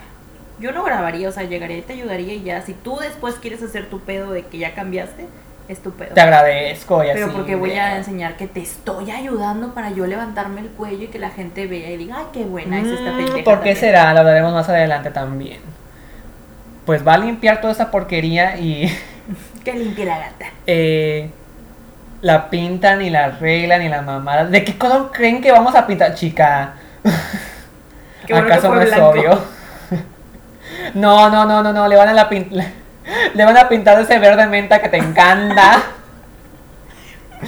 S2: Yo no grabaría, o sea, llegaría y te ayudaría y ya. Si tú después quieres hacer tu pedo de que ya cambiaste, es tu pedo.
S1: te agradezco y así.
S2: Pero porque voy a
S1: de-
S2: enseñar que te estoy ayudando para yo levantarme el cuello y que la gente vea y diga, ay, qué buena es esta
S1: Mm,
S2: pendeja.
S1: ¿Por qué
S2: también".
S1: será? Lo hablaremos más adelante también. Pues va a limpiar toda esa porquería y [LAUGHS]
S2: Que limpie la gata.
S1: eh, la pintan y la arreglan y la mamada. ¿De qué color creen que vamos a pintar, chica?
S2: [LAUGHS] Qué bueno que
S1: ¿Acaso
S2: fue
S1: no es
S2: blanco.
S1: obvio? [LAUGHS] No, no, no, no, no, le van a la pin- [LAUGHS] le van a pintar ese verde menta que te
S2: [LAUGHS]
S1: encanta.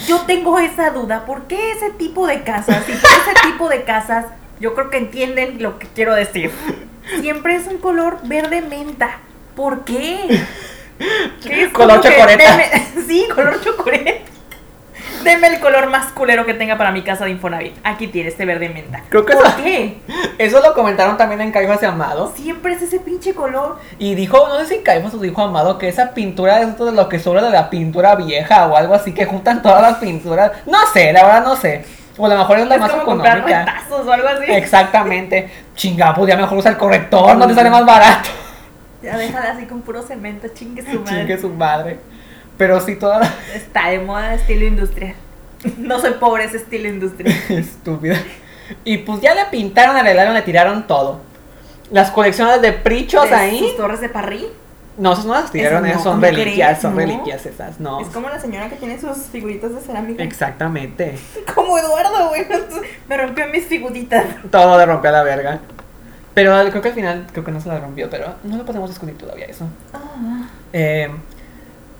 S2: Yo tengo esa duda, ¿por qué ese tipo de casas? Y por ese tipo de casas, yo creo que entienden lo que quiero decir. Siempre es un color verde menta. ¿Por qué? ¿Qué como
S1: Color
S2: que
S1: chocoreta.
S2: deme- [LAUGHS] sí, color chocoreta. Deme el color más culero que tenga para mi casa de Infonavit. Aquí tiene este verde menta.
S1: Creo que
S2: ¿Por
S1: eso-
S2: qué?
S1: [LAUGHS] Eso lo comentaron también en Caifas y Amado.
S2: Siempre es ese pinche color.
S1: Y dijo, no sé si Caifas o dijo Amado, que esa pintura es de lo que sobra de la pintura vieja o algo así, que juntan todas las pinturas. No sé, la verdad no sé. O a lo mejor es la
S2: es
S1: más
S2: como comprar [LAUGHS]
S1: económica.
S2: retazos o algo así.
S1: Exactamente. Chinga, pues ya mejor usa el corrector, no te sale más barato.
S2: Ya déjala así con puro cemento, chingue su madre.
S1: [LAUGHS] Chingue su madre. Pero sí, toda la-
S2: Está de moda estilo industrial. [LAUGHS] No soy pobre, es estilo industrial.
S1: [LAUGHS] Estúpida. Y pues ya le pintaron, arreglaron, le tiraron todo. Las colecciones de prichos
S2: De
S1: ahí.
S2: sus torres de parrí.
S1: No, esas no las
S2: Esas
S1: tiraron,
S2: no,
S1: esas son
S2: ¿cómo
S1: reliquias,
S2: crees?
S1: son
S2: No.
S1: reliquias esas, no.
S2: Es como la señora que tiene sus figuritas de cerámica.
S1: Exactamente.
S2: [LAUGHS] Como Eduardo, güey. [LAUGHS] Me rompió mis figuritas.
S1: Todo le rompió a la verga. Pero creo que al final, creo que no se la rompió, pero no lo podemos discutir todavía eso.
S2: Ah,
S1: Eh,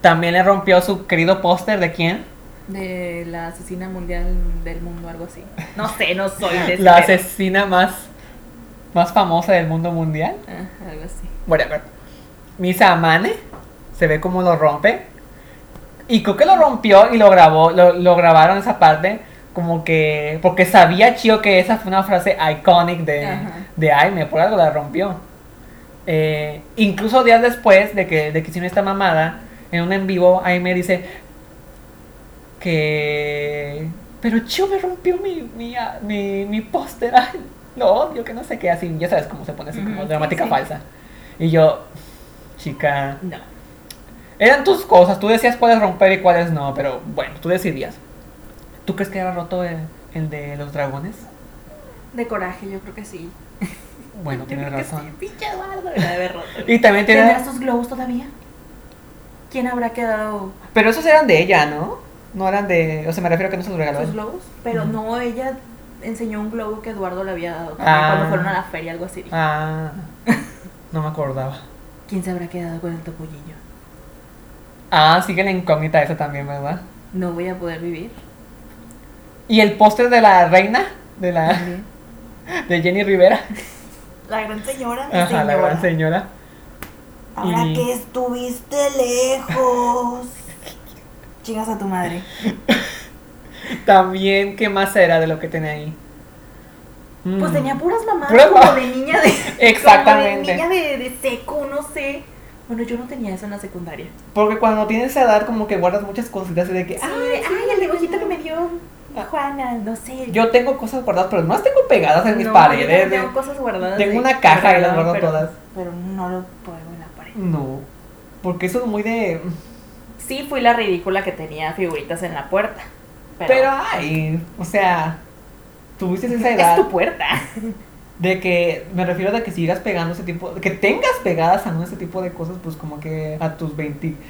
S1: también le rompió su querido póster de quién?
S2: De la asesina mundial del mundo, algo así. No sé, no soy
S1: [LAUGHS]
S2: de ese
S1: La
S2: pedo.
S1: asesina más, más famosa del mundo mundial.
S2: Ah, algo así.
S1: Whatever. Misa Amane se ve cómo lo rompe. Y creo que lo rompió y lo grabó, lo, lo grabaron esa parte. Como que. Porque sabía Chio que esa fue una frase iconic de,
S2: Ajá.
S1: de Aime, por algo la rompió. Eh, incluso días después de que, de que hicieron esta mamada, en un en vivo, Aime dice que. Pero Chio me rompió mi, mi, ah, mi, mi póster. [LAUGHS] ay, Lo odio, que no sé qué. Así, ya sabes cómo se pone así,
S2: Ujú,
S1: como
S2: sí,
S1: dramática
S2: sí.
S1: falsa. Y yo, chica,
S2: No.
S1: eran tus cosas, tú decías cuáles romper y cuáles no, pero bueno, tú decidías. ¿Tú crees que era roto el, el de los dragones?
S2: De coraje, yo creo que sí.
S1: Bueno, tienes
S2: Yo creo que sí.
S1: razón.
S2: Pinche Eduardo, la de haber roto.
S1: Y también
S2: ¿Tendrá
S1: [LAUGHS] tiene...
S2: sus globos todavía? ¿Quién habrá quedado
S1: Pero esos eran de ella, ¿no? No eran de... O sea, me refiero a que no se los regaló.
S2: los globos, pero
S1: Ujú.
S2: no, ella enseñó un globo que Eduardo le había dado también
S1: Ah.
S2: cuando fueron a la feria, algo así.
S1: Ah, [LAUGHS] no me acordaba.
S2: ¿Quién se habrá quedado con el topollillo?
S1: Ah, sigue la incógnita esa también, ¿verdad?
S2: No voy a poder vivir.
S1: Y el póster de la reina,
S2: [LAUGHS]
S1: de la...
S2: También.
S1: de Jenny Rivera.
S2: La gran señora, mi
S1: Ajá, la gran señora.
S2: Ahora
S1: Y-
S2: que estuviste lejos. Chingas a tu madre.
S1: También, ¿qué más era de lo que tenía ahí?
S2: Pues
S1: Mm.
S2: tenía puras mamás
S1: Puras
S2: como
S1: mamás.
S2: de niña de. [LAUGHS]
S1: Exactamente.
S2: Como de niña de, de seco, no sé. Bueno, yo no tenía eso en la secundaria.
S1: Porque cuando tienes esa edad, como que guardas muchas cositas y de que,
S2: Sí,
S1: ah,
S2: de, ay, el dibujito que me dio
S1: Ah.
S2: Juana, no sé.
S1: yo tengo cosas guardadas, pero no las tengo pegadas en mis
S2: No,
S1: paredes.
S2: yo
S1: de-
S2: tengo cosas guardadas.
S1: tengo
S2: de-
S1: una caja y las
S2: guardado,
S1: guardo
S2: pero-
S1: todas.
S2: Pero no lo pongo en la pared.
S1: No, porque eso es muy de.
S2: Sí, fui la ridícula que tenía figuritas en la puerta. Pero,
S1: Pero, ay, o sea, tuviste esa edad
S2: es tu puerta.
S1: de que, me refiero de que sigas pegando ese tipo, que tengas pegadas aún ese tipo de cosas, pues como que a
S2: [LAUGHS]
S1: tus 20. [LAUGHS]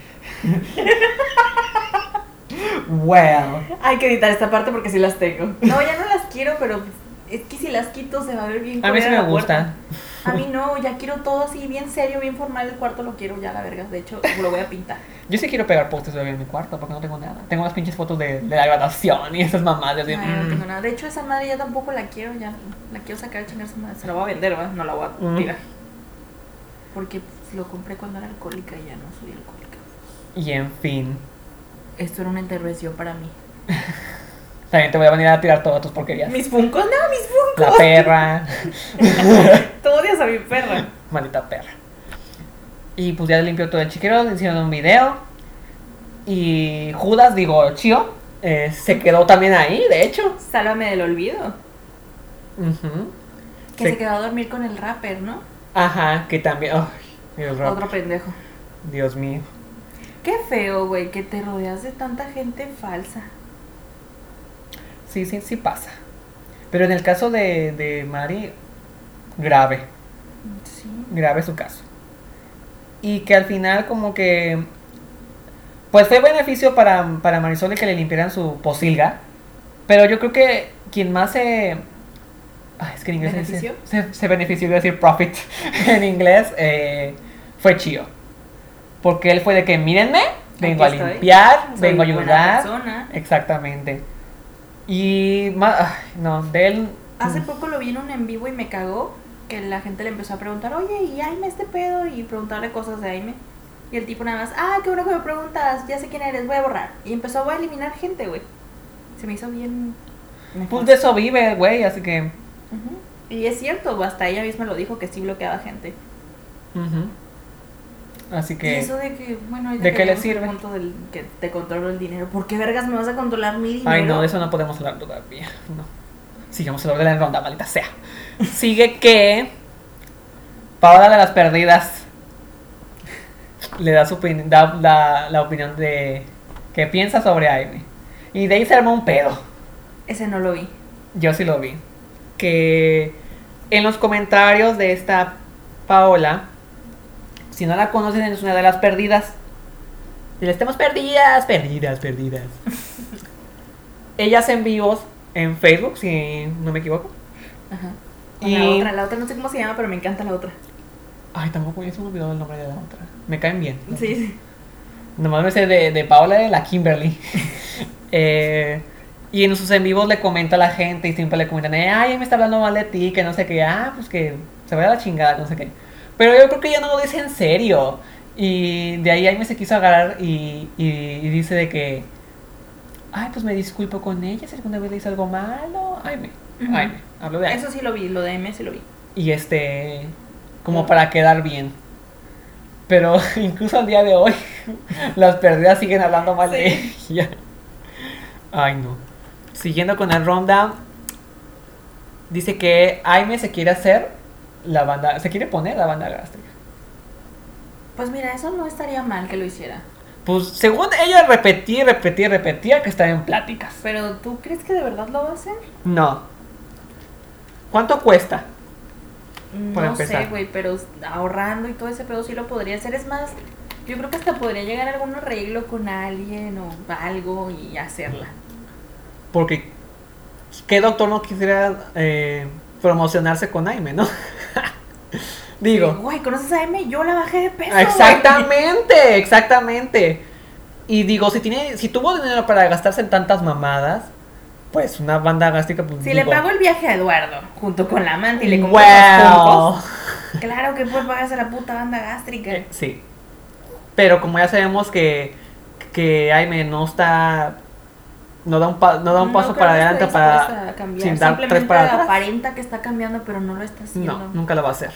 S1: well,
S2: Hay que editar esta parte porque sí las tengo. No, ya no las quiero, pero es que si las quito se va a ver bien.
S1: a mí
S2: culera
S1: sí me
S2: la puerta.
S1: gusta.
S2: A mí no, ya quiero todo así, bien serio, bien formal. El cuarto lo quiero ya, la verga. De hecho, lo voy a
S1: [LAUGHS]
S2: pintar.
S1: Yo sí quiero pegar postes todavía en mi cuarto porque no tengo nada. Tengo las pinches fotos de, de la graduación y esas mamás.
S2: Ay,
S1: Así,
S2: no
S1: mm.
S2: tengo nada. De hecho, esa madre ya tampoco la quiero, ya la quiero sacar a chingar su madre. Se la voy a vender, ¿verdad? No la voy a
S1: Mm.
S2: tirar. Porque pues, lo compré cuando era alcohólica y ya no soy alcohólica.
S1: Y en fin,
S2: Esto era una intervención para mí.
S1: también te voy a venir a tirar todas tus porquerías.
S2: Mis funcos, no, mis
S1: La
S2: funcos.
S1: perra,
S2: Tú odias a mi perra.
S1: maldita perra. Y pues ya limpió todo el chiquero, le hicieron un video. Y Judas, digo, Chio, eh, se quedó también ahí, de hecho.
S2: Sálvame del olvido.
S1: Ujú.
S2: Que
S1: Sí.
S2: se quedó a dormir con el rapper, ¿no?
S1: Ajá, que también. ay, Dios, rap-
S2: Otro pendejo.
S1: Dios mío.
S2: Qué feo, güey, que te rodeas de tanta gente falsa.
S1: Sí, sí, sí pasa. Pero en el caso de, de Mari, grave.
S2: Sí.
S1: grave su caso. Y que al final como que... Pues fue beneficio para, para Marisol de que le limpiaran su posilga. Pero yo creo que quien más se... Ay, es que en inglés se dice-
S2: ¿Benefició?
S1: Se, se benefició, iba a decir profit [LAUGHS] en inglés, eh, fue Chio. Porque él fue de que, mírenme, vengo
S2: Aquí
S1: a
S2: estoy.
S1: limpiar,
S2: Soy
S1: vengo a
S2: buena
S1: ayudar.
S2: persona.
S1: Exactamente. Y... ma- ay, no, de él... mm,
S2: Hace poco lo vi en un en vivo y me cagó que la gente le empezó a preguntar, oye, ¿y Aime este pedo? Y preguntarle cosas de Aime. Y el tipo nada más, ah, qué bueno que me preguntas, ya sé quién eres, voy a borrar. Y empezó voy a eliminar gente, güey. Se me hizo bien...
S1: Pues de eso vive el güey, así que...
S2: Ujú. Y es cierto, hasta ella misma lo dijo que sí bloqueaba gente.
S1: Ujú. Así
S2: Y
S1: que.
S2: eso de que, bueno, ahorita
S1: ¿De qué
S2: llegamos
S1: le
S2: al
S1: sirve?
S2: punto del que te controlo el dinero. ¿Por qué vergas me vas a controlar mi dinero?
S1: Ay, no, de eso no podemos hablar todavía. No. Sigamos el orden de la ronda, maldita sea. Sigue que. Paola de las perdidas. Le da su opin- da la, la opinión de. ¿Qué piensa sobre Aime? Y de ahí se armó un pedo.
S2: Ese no lo vi.
S1: Yo sí lo vi. Que en los comentarios de esta Paola, si no la conocen, es una de las perdidas. Y le estamos perdidas, perdidas, perdidas. Ellas en vivos en Facebook, si no me equivoco.
S2: Ajá. Con
S1: Y...
S2: La otra, la otra no sé cómo se llama, pero me encanta la otra.
S1: Ay, tampoco, ya se me olvidó el nombre de la otra. Me caen bien.
S2: Sí, sí.
S1: Nomás me sé de, de Paola de la Kimberly. Eh, y en sus en vivos le comenta a la gente y siempre le comentan, eh, ay, me está hablando mal de ti, que no sé qué, ah, pues que se vaya a la chingada, que no sé qué. Pero yo creo que ella no lo dice en serio. Y de ahí Aime se quiso agarrar y, y- y dice de que, ay, pues me disculpo con ella si alguna vez le hice algo malo. Aime,
S2: Ujú.
S1: Aime, hablo de Aime.
S2: Eso sí lo vi, lo de M sí lo vi.
S1: Y este, como
S2: Claro.
S1: para quedar bien. Pero [LAUGHS] incluso al día de hoy, [LAUGHS] las pérdidas siguen hablando mal de ella. Ay, no. Siguiendo con la ronda, dice que Aime se quiere hacer la banda, se quiere poner la banda gástrica.
S2: Pues mira, eso no estaría mal que lo hiciera.
S1: Pues según ella repetía, repetía, repetía que estaba en pláticas.
S2: Pero ¿tú crees que de verdad lo va a hacer?
S1: No. ¿Cuánto cuesta? Para
S2: No
S1: empezar.
S2: sé, güey, pero ahorrando y todo ese pedo sí lo podría hacer. Es más, yo creo que hasta podría llegar a algún arreglo con alguien o algo y hacerla.
S1: Porque, ¿qué doctor no quisiera eh, promocionarse con Aime, no? [LAUGHS]
S2: Sí,
S1: Digo,
S2: Güey, ¿conoces a M? Yo la bajé de peso. güey.
S1: exactamente, exactamente. Y digo, si tiene, si tuvo dinero para gastarse en tantas mamadas, pues una banda gástrica, pues
S2: Si le
S1: digo,
S2: pago el viaje a Eduardo junto con la amante y le compro
S1: wow.
S2: unos pulpos, claro que puede pagarse la puta banda gástrica.
S1: Sí. Pero como ya sabemos que, que Aime no está. No da un, pa- no da un
S2: No
S1: paso
S2: creo
S1: para
S2: que esté
S1: adelante
S2: dispuesta
S1: para.
S2: a cambiar.
S1: sin dar tres
S2: Simplemente
S1: para atrás.
S2: aparenta que está cambiando, pero no lo está haciendo.
S1: No, nunca lo va a hacer.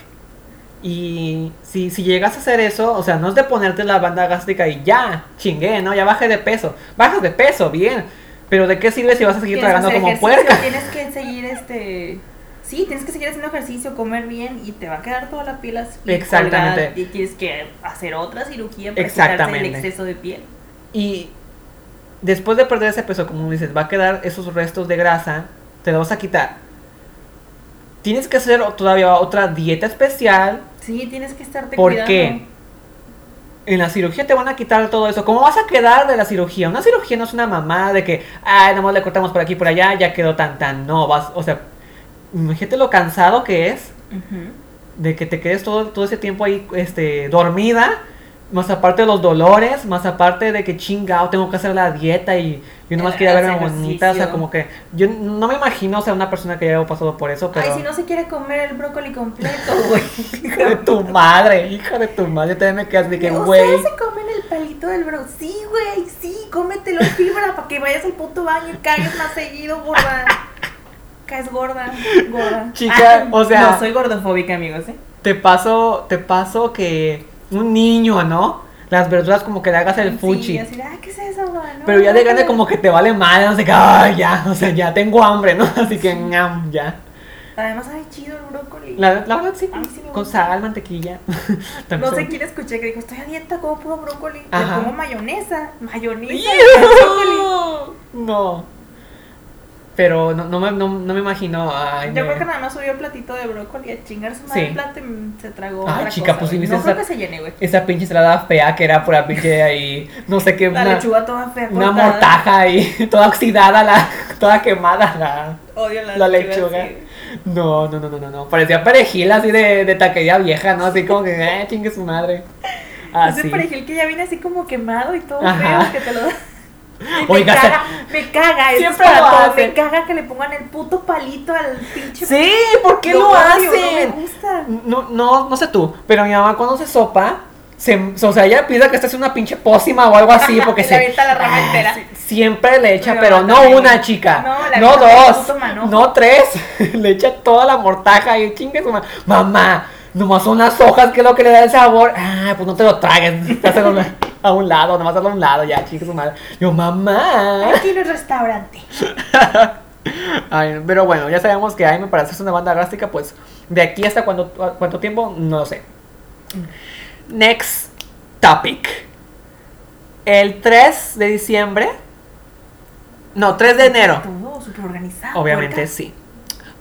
S1: Y si, si llegas a hacer eso, o sea, no es de ponerte la banda gástrica y ya, chingué, ¿no? Ya bajé de peso. Bajas de peso, bien. Pero ¿de qué sirve si vas a seguir
S2: Tienes que
S1: tragando
S2: hacer
S1: como
S2: ejercicio,
S1: puerca? [LAUGHS]
S2: Tienes que seguir este. Sí, tienes que seguir haciendo ejercicio, comer bien y te va a quedar toda la piel así.
S1: Exactamente.
S2: colgada, Y tienes que hacer otra cirugía para quitarse el
S1: Exactamente.
S2: exceso de piel.
S1: Y después de perder ese peso, como dices, va a quedar esos restos de grasa, te los vas a quitar. Tienes que hacer todavía otra dieta especial.
S2: Sí, tienes que estarte
S1: ¿Por
S2: cuidando.
S1: qué? En la cirugía te van a quitar todo eso. ¿Cómo vas a quedar de la cirugía? Una cirugía no es una mamada de que, ay, nomás le cortamos por aquí y por allá, ya quedó tan tan. No, vas, o sea, imagínate lo cansado que es
S2: Ujú.
S1: de que te quedes todo, todo ese tiempo ahí este, dormida, más aparte de los dolores, más aparte de que chingado, tengo que hacer la dieta y yo nomás
S2: Eh,
S1: quería verme
S2: hacer
S1: bonita, o sea,
S2: ejercicio.
S1: como que yo no me imagino, o sea, una persona que haya pasado por eso, pero...
S2: Ay, si no se quiere comer el brócoli completo, güey.
S1: [LAUGHS] Hija de tu madre, hija de tu madre, yo también me quedas de que,
S2: o
S1: güey.
S2: sea, se comen el palito del bro. Sí, güey, sí, cómetelo en fibra para que vayas al puto baño y caigas más seguido, gorda. Caes gorda, gorda. Ah,
S1: Chica, o sea-
S2: No soy gordofóbica, amigos, ¿eh?
S1: te paso, te paso que un niño, ¿no? Las verduras como que le hagas el fuchi.
S2: Sí, así de, "Ay, ¿qué es eso, güey? No,
S1: pero ya de grande
S2: no".
S1: como que te vale mal, no sé qué, ay, ya, [LAUGHS] o sea, ya tengo hambre, ¿no? [LAUGHS] Así que, ñam, ya.
S2: Además, ay, chido el brócoli.
S1: La, la verdad sí,
S2: A mí sí me
S1: con
S2: gusta.
S1: sal, mantequilla. [LAUGHS]
S2: No
S1: También
S2: sé
S1: se-
S2: quién escuché que dijo, estoy a dieta, como puro brócoli. Le
S1: Ajá.
S2: pongo mayonesa, mayonesa. y brócoli".
S1: ¡Ew! No. Pero no, no, me, no, no me imagino, ay,
S2: Yo
S1: me-
S2: creo que nada más subió el platito de brócoli a chingar su madre
S1: Sí.
S2: el plato y mm, se tragó.
S1: Ay,
S2: otra
S1: chica,
S2: cosa,
S1: pues, si
S2: güey.
S1: viste
S2: No creo
S1: esa-
S2: que se llene, güey.
S1: esa pinche ensalada fea que era pura pinche ahí, no sé qué,
S2: La
S1: una,
S2: lechuga toda fea.
S1: una
S2: cortada.
S1: mortaja ahí, [LAUGHS] toda oxidada, la, toda quemada la...
S2: Odio la,
S1: La lechuga. No, no, no, no, no, no. Parecía perejil así de, de taquería vieja, ¿no? Así como que, eh, chingue su madre.
S2: Así.
S1: Así.
S2: Ese perejil que ya viene así como quemado y todo
S1: Ah, Ajá.
S2: feo que te lo
S1: [LAUGHS]
S2: da. Y
S1: Oiga,
S2: me
S1: se-
S2: caga, me caga, eso es
S1: Siempre
S2: para
S1: lo
S2: todo,
S1: hacen.
S2: me caga que le pongan el puto palito al pinche
S1: Sí, ¿por qué lo
S2: odio, No me
S1: hacen?
S2: gusta.
S1: No, no, no sé tú, pero mi mamá cuando se sopa, se, o sea, ella piensa que esta es una pinche pócima o
S2: [LAUGHS]
S1: algo así, porque
S2: Y le
S1: se ah,
S2: avienta la rama entera.
S1: siempre le echa,
S2: Mi
S1: pero
S2: mamá
S1: no
S2: también.
S1: una chica,
S2: No, la
S1: no,
S2: vieja me puso
S1: dos,
S2: manojo.
S1: no tres, [LAUGHS] le echa toda la mortaja y chingue su ma- mamá, nomás son las hojas que es lo que le da el sabor, ah, pues no te lo tragues, [LAUGHS] hazlo a un- a un lado, nomás hazlo a un lado, ya, chingue su madre, yo, mamá,
S2: Aquí no es restaurante.
S1: Ay, pero bueno, ya sabemos que Aime para hacerse una banda gástrica, pues de aquí hasta cuánto, cuánto tiempo, no lo sé. Next topic. El 3 de diciembre. No, 3 [LAUGHS] de enero.
S2: Todo súper organizado.
S1: Obviamente
S2: puerca.
S1: sí.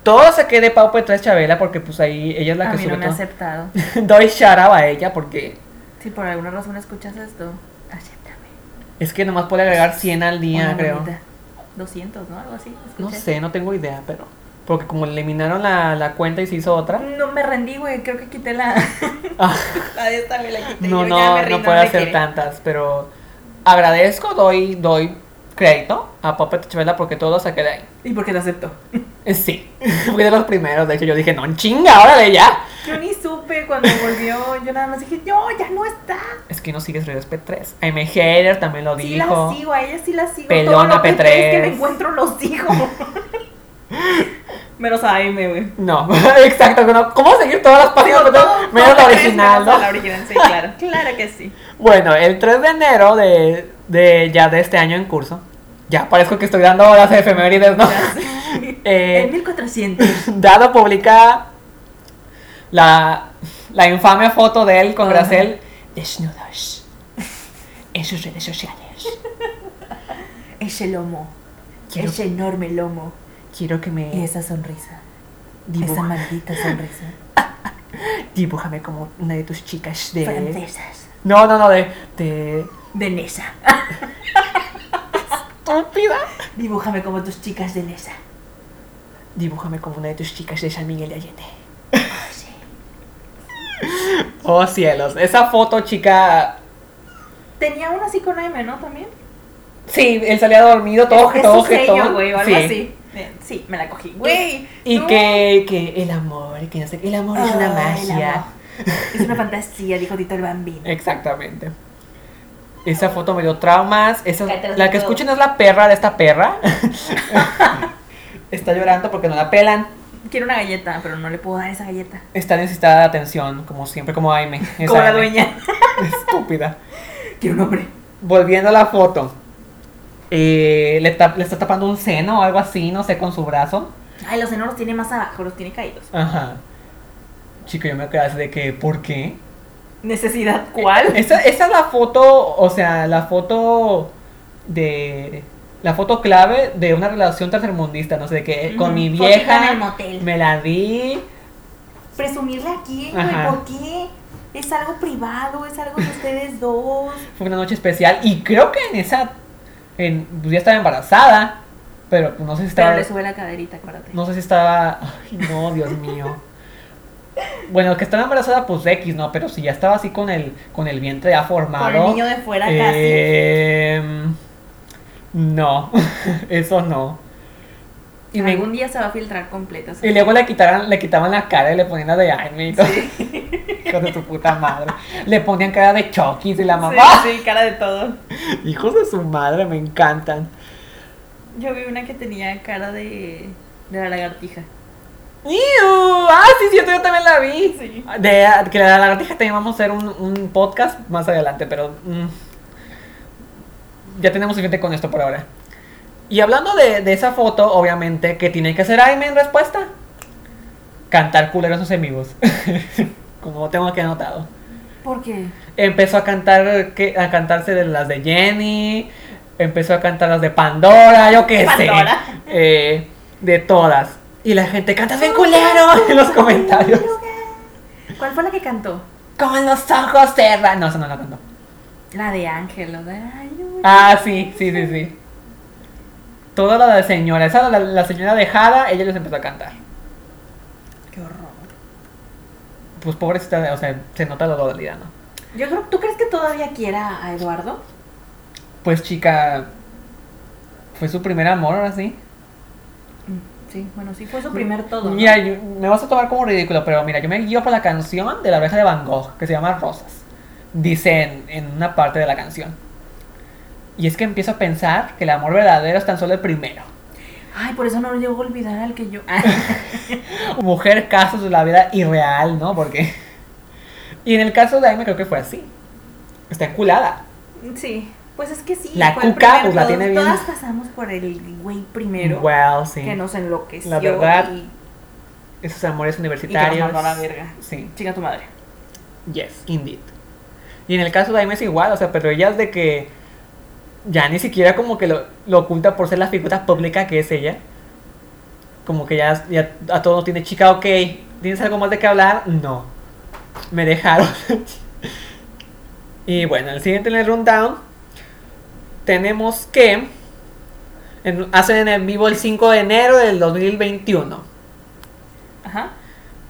S1: Todo se quede Pau Petra Chabela porque pues ahí ella es la
S2: A
S1: que
S2: mí
S1: sube
S2: no me ha
S1: todo.
S2: aceptado.
S1: [LAUGHS] Doy shout out a ella porque
S2: Si por alguna razón escuchas esto, acéptame.
S1: es que nomás puede agregar 100 al día,
S2: Una
S1: creo.
S2: bonita. 200, ¿no? Algo así.
S1: No
S2: escuché.
S1: sé, no tengo idea, pero porque como eliminaron la, la cuenta y se hizo otra.
S2: [LAUGHS] No me rendí, güey. Creo que quité la.
S1: Ah.
S2: La de esta me la quité.
S1: No,
S2: yo ya
S1: no,
S2: me rindo,
S1: no puede
S2: me
S1: hacer
S2: quiere.
S1: tantas, pero agradezco, doy, doy crédito a Puppet Chabela porque todo lo saqué de ahí.
S2: ¿Y por qué la aceptó?
S1: Eh, Sí, [LAUGHS] fui de los primeros, de hecho yo dije, no, chinga, órale ya.
S2: Yo ni supe cuando volvió. Yo nada más dije, no, ya no está.
S1: Es que no sigues Reyes P3. M. Hater también lo
S2: Sí
S1: dijo.
S2: la sigo, a ella sí la sigo.
S1: Pelona
S2: Todo lo que
S1: P3.
S2: tres que me encuentro los
S1: [LAUGHS]
S2: sigo. Menos a Aime, güey.
S1: No, [LAUGHS] exacto, no, ¿cómo seguir todas las páginas?
S2: Digo, todo-
S1: Pero menos
S2: todo
S1: la
S2: lo que es
S1: original,
S2: menos
S1: ¿no?
S2: a La original, sí,
S1: [LAUGHS]
S2: claro. Claro que sí.
S1: Bueno, el 3 de enero de, de ya de este año en curso. Ya parezco que estoy dando las efemérides, ¿no?
S2: Ya sé.
S1: [LAUGHS] Eh,
S2: en 1400.
S1: [LAUGHS] Dado publica la, la infame foto de él con
S2: Ajá.
S1: Gracel desnudos en sus redes sociales.
S2: Ese lomo.
S1: Quiero, Eh.
S2: Ese enorme lomo.
S1: quiero que
S2: Y
S1: me
S2: esa sonrisa. Esa
S1: dibuj-
S2: maldita sonrisa.
S1: dibújame como una de tus chicas de...
S2: Francesas.
S1: No, no, no, de... de
S2: De Nesa.
S1: estúpida.
S2: Dibújame como tus chicas de Nesa.
S1: Dibújame como una de tus chicas de San Miguel de Allende.
S2: Ah, sí.
S1: Oh cielos, esa foto chica...
S2: Tenía una así con Aime, ¿no? También.
S1: Sí, él salía dormido, todo
S2: es
S1: todo
S2: su sello,
S1: jetón.
S2: güey, o algo
S1: Sí.
S2: así. Eh, Sí, me la cogí. Güey.
S1: Y
S2: no.
S1: que, que el amor, que no sé, qué, el amor es una
S2: Ay, el
S1: magia.
S2: amor. Es una fantasía, dijo Tito el Bambino.
S1: Exactamente. Esa foto me dio traumas. Esa,
S2: Cállate los
S1: la que
S2: dedos.
S1: escuchen es la perra de esta perra. [LAUGHS] Está llorando porque no la pelan.
S2: Quiero una galleta, pero no le puedo dar esa galleta.
S1: Está necesitada de atención, como siempre, como
S2: [LAUGHS]
S1: Aime. Es
S2: Como la
S1: Aime.
S2: dueña.
S1: Estúpida.
S2: Quiero un hombre.
S1: Volviendo a la foto. Eh, le, tap- le está tapando un seno o algo así, no sé, con su brazo.
S2: Ay, los enanos los tiene más abajo, los tiene caídos.
S1: Ajá. Chico, yo me quedé así de que, ¿por qué?
S2: ¿Necesidad cuál?
S1: Esa, esa es la foto, o sea, la foto de. La foto clave de una relación tercermundista, no sé, de
S2: Eh,
S1: que con mi
S2: Ujú, fotita en el
S1: vieja
S2: motel.
S1: me la di.
S2: Presumirle aquí,
S1: Ajá.
S2: güey, ¿por qué? Es algo privado, es algo de ustedes [LAUGHS] dos.
S1: Fue una noche especial. Y creo que en esa. En, pues ya estaba embarazada. Pero pues, no sé si
S2: Pero
S1: estaba.
S2: le sube la caderita, acuérdate.
S1: No sé si estaba. Ay, no, Dios mío. Bueno, que estaba embarazada, pues X, ¿no? Pero si ya estaba así con el, con el vientre ya
S2: Con
S1: formado.
S2: el niño de fuera
S1: eh,
S2: casi.
S1: Em, no, [LAUGHS] eso no. Y, me-
S2: Algún día se va a filtrar completa. esa
S1: y luego le quitaran, le quitaban la cara y le ponían la de Jaime y todo. [LAUGHS] Hijos de su puta madre. Le ponían cara de Chucky y la mamá. [LAUGHS]
S2: Sí, sí, cara de todo.
S1: Hijos de su madre, me encantan.
S2: Yo vi una que tenía cara de, de la lagartija.
S1: ¡Iu! Ah, sí, cierto, yo también la vi.
S2: Sí.
S1: De, que la lagartija también vamos a hacer un, un podcast más adelante, pero mm, ya tenemos suficiente con esto por ahora. Y hablando de, de esa foto, obviamente, ¿qué tiene que hacer Aime en respuesta? Cantar culeros sus amigos. [LAUGHS] Como tengo aquí anotado.
S2: ¿Por qué?
S1: Empezó a cantar que- a cantarse de las de Jenny, empezó a cantar las de Pandora, yo qué
S2: Pandora.
S1: sé. Eh, de todas. Y la gente canta bien culero [LAUGHS] en los comentarios.
S2: ¿Cuál fue la que cantó?
S1: Con los ojos cerrados. No, eso no lo cantó.
S2: La de Ángel, la de ay,
S1: Ah, sí, sí, sí, sí. Toda la de señora, esa la, la señora dejada, ella les empezó a cantar.
S2: Qué horror.
S1: Pues pobrecita, o sea, se nota la dualidad, ¿no?
S2: Yo creo, ¿tú crees que todavía quiera a Eduardo?
S1: Pues chica, fue su primer amor, ahora sí.
S2: Mm, Sí, bueno, sí fue su primer todo. ¿no?
S1: Mm, Mira, yo- me vas a tomar como ridículo, pero mira, yo me guío por la canción de la oreja de Van Gogh, que se llama Rosas. Dice en, en una parte de la canción. Y es que empiezo a pensar que el amor verdadero es tan solo el primero.
S2: Ay, por eso no le debo olvidar al
S1: [LAUGHS]
S2: que yo.
S1: mujer casos de la vida irreal, ¿no? Porque. [LAUGHS] Y en el caso de Aime creo que fue así. Está enculada.
S2: sí, pues es que sí.
S1: La
S2: fue el primer
S1: cuca, pues, la
S2: todo.
S1: tiene bien.
S2: Todas pasamos por el güey primero
S1: Well, sí.
S2: que nos enloqueció.
S1: Este, La verdad,
S2: y,
S1: Esos amores
S2: y que nos
S1: universitarios.
S2: mandó a la verga.
S1: Sí.
S2: Chica tu madre.
S1: Yes, indeed. Y en el caso de Aime es igual, o sea, pero ella es de que. Ya ni siquiera como que lo, lo oculta por ser la figura pública que es ella. Como que ya, ya a todo tiene chica, ok. ¿Tienes algo más de qué hablar? No. Me dejaron. [LAUGHS] y bueno, el siguiente en el rundown. Tenemos que. en- hacen en vivo el 5 de enero del 2021.
S2: Ajá.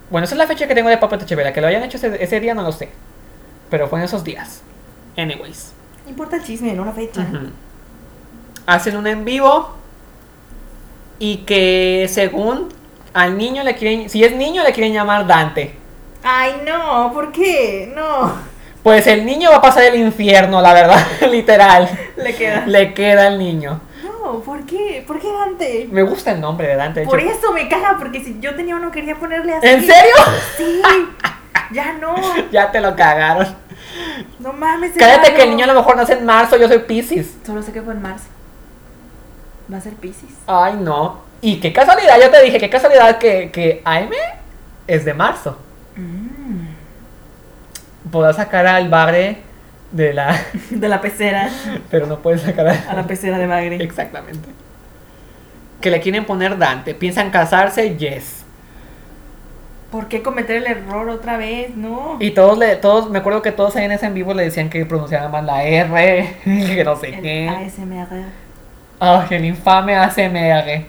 S1: Bueno, esa es la fecha que tengo de Papa Techevera. Que lo hayan hecho ese, ese día no lo sé. Pero fue en esos días. Anyways.
S2: No importa el chisme, no la fecha.
S1: Ujú. Hacen un en vivo. Y que según al niño le quieren... Si es niño le quieren llamar Dante.
S2: Ay, no, ¿por qué? No.
S1: Pues el niño va a pasar el infierno, la verdad. [LAUGHS] Literal.
S2: Le queda.
S1: Le queda al niño.
S2: No, ¿por qué? ¿Por qué Dante?
S1: Me gusta el nombre de Dante. de
S2: Por
S1: hecho.
S2: eso me caga, porque si yo tenía uno quería ponerle así.
S1: ¿En serio? [LAUGHS]
S2: Sí. Ya no.
S1: Ya te lo cagaron.
S2: No mames.
S1: Cállate que el
S2: Eduardo.
S1: niño a lo mejor nace en marzo. Yo soy Pisces.
S2: Solo sé que fue en marzo. Va a ser Pisces.
S1: Ay, no. Y qué casualidad, yo te dije, qué casualidad que, que Aime es de marzo.
S2: Mm.
S1: Podrás sacar al bagre de la... [LAUGHS]
S2: De la pecera
S1: Pero no puedes sacar
S2: a
S1: a...
S2: la pecera de Magre.
S1: Exactamente. Que le quieren poner Dante. ¿Piensan casarse? Yes.
S2: ¿Por qué cometer el error otra vez? No.
S1: Y todos, le, todos me acuerdo que todos ahí en ese en vivo le decían que pronunciaban mal la R, [LAUGHS] que no sé
S2: El
S1: qué.
S2: ASMR.
S1: Ay, el infame ACMR.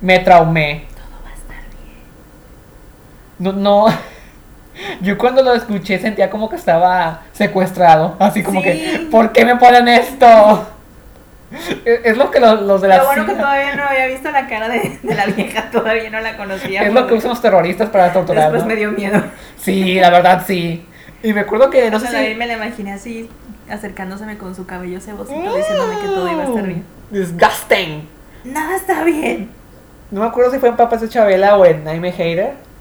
S1: Me traumé.
S2: Todo va a estar bien.
S1: No, no. [LAUGHS] Yo cuando lo escuché sentía como que estaba secuestrado. Así como
S2: Sí.
S1: que, ¿por qué me ponen esto? Es, es lo que los, los de la
S2: Lo bueno que
S1: CIA-
S2: todavía no había visto la cara de, de la vieja, [LAUGHS] todavía no la conocía.
S1: Es lo que usan los terroristas para torturar.
S2: Después me dio miedo.
S1: Sí, la verdad sí. Y me acuerdo que no sé
S2: la vi y
S1: si.
S2: me la imaginé así, acercándoseme con su cabello
S1: Mm.
S2: cebosito, diciéndome que todo iba a estar bien.
S1: Disgusting.
S2: Nada está bien.
S1: No me acuerdo si fue en Papas de Chabela o en I'm a Hater.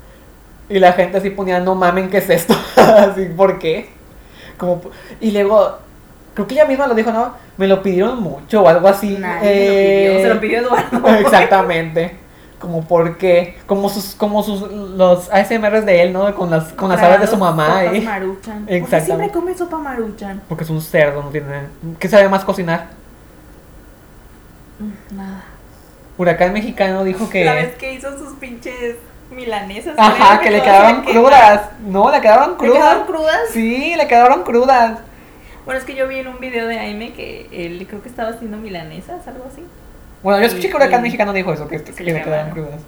S1: Y la gente así ponía, no mamen, ¿qué es esto? [LAUGHS] así, ¿por qué? Como, y luego, creo que ella misma lo dijo, ¿no? Me lo pidieron mucho o algo así.
S2: Nadie
S1: Eh,
S2: se lo pidió. Se lo pidió [LAUGHS]
S1: [LAUGHS]
S2: Eduardo.
S1: Exactamente. Como porque, como sus, como sus, los ASMRs de él, ¿no? Con las, con las aves de su mamá,
S2: Sopas
S1: ¿eh?
S2: Maruchan. ¿Por qué
S1: Exactamente.
S2: siempre come sopa maruchan?
S1: Porque es un cerdo, no tiene. ¿Qué sabe más cocinar?
S2: Mm, Nada.
S1: Huracán mexicano dijo
S2: La
S1: que.
S2: vez que hizo sus pinches milanesas.
S1: Ajá,
S2: creo,
S1: que le
S2: todas
S1: quedaban
S2: que-
S1: crudas. No, le quedaron
S2: ¿Le quedaron
S1: [LAUGHS] crudas.
S2: crudas?
S1: Sí, le quedaron crudas.
S2: Bueno, es que yo vi en un video de Aime que él creo que estaba haciendo milanesas, algo así.
S1: Bueno, yo escuché que Huracán
S2: Y-
S1: mexicano dijo eso, que, que
S2: Sí,
S1: le
S2: qué
S1: quedaron
S2: mal.
S1: crudas.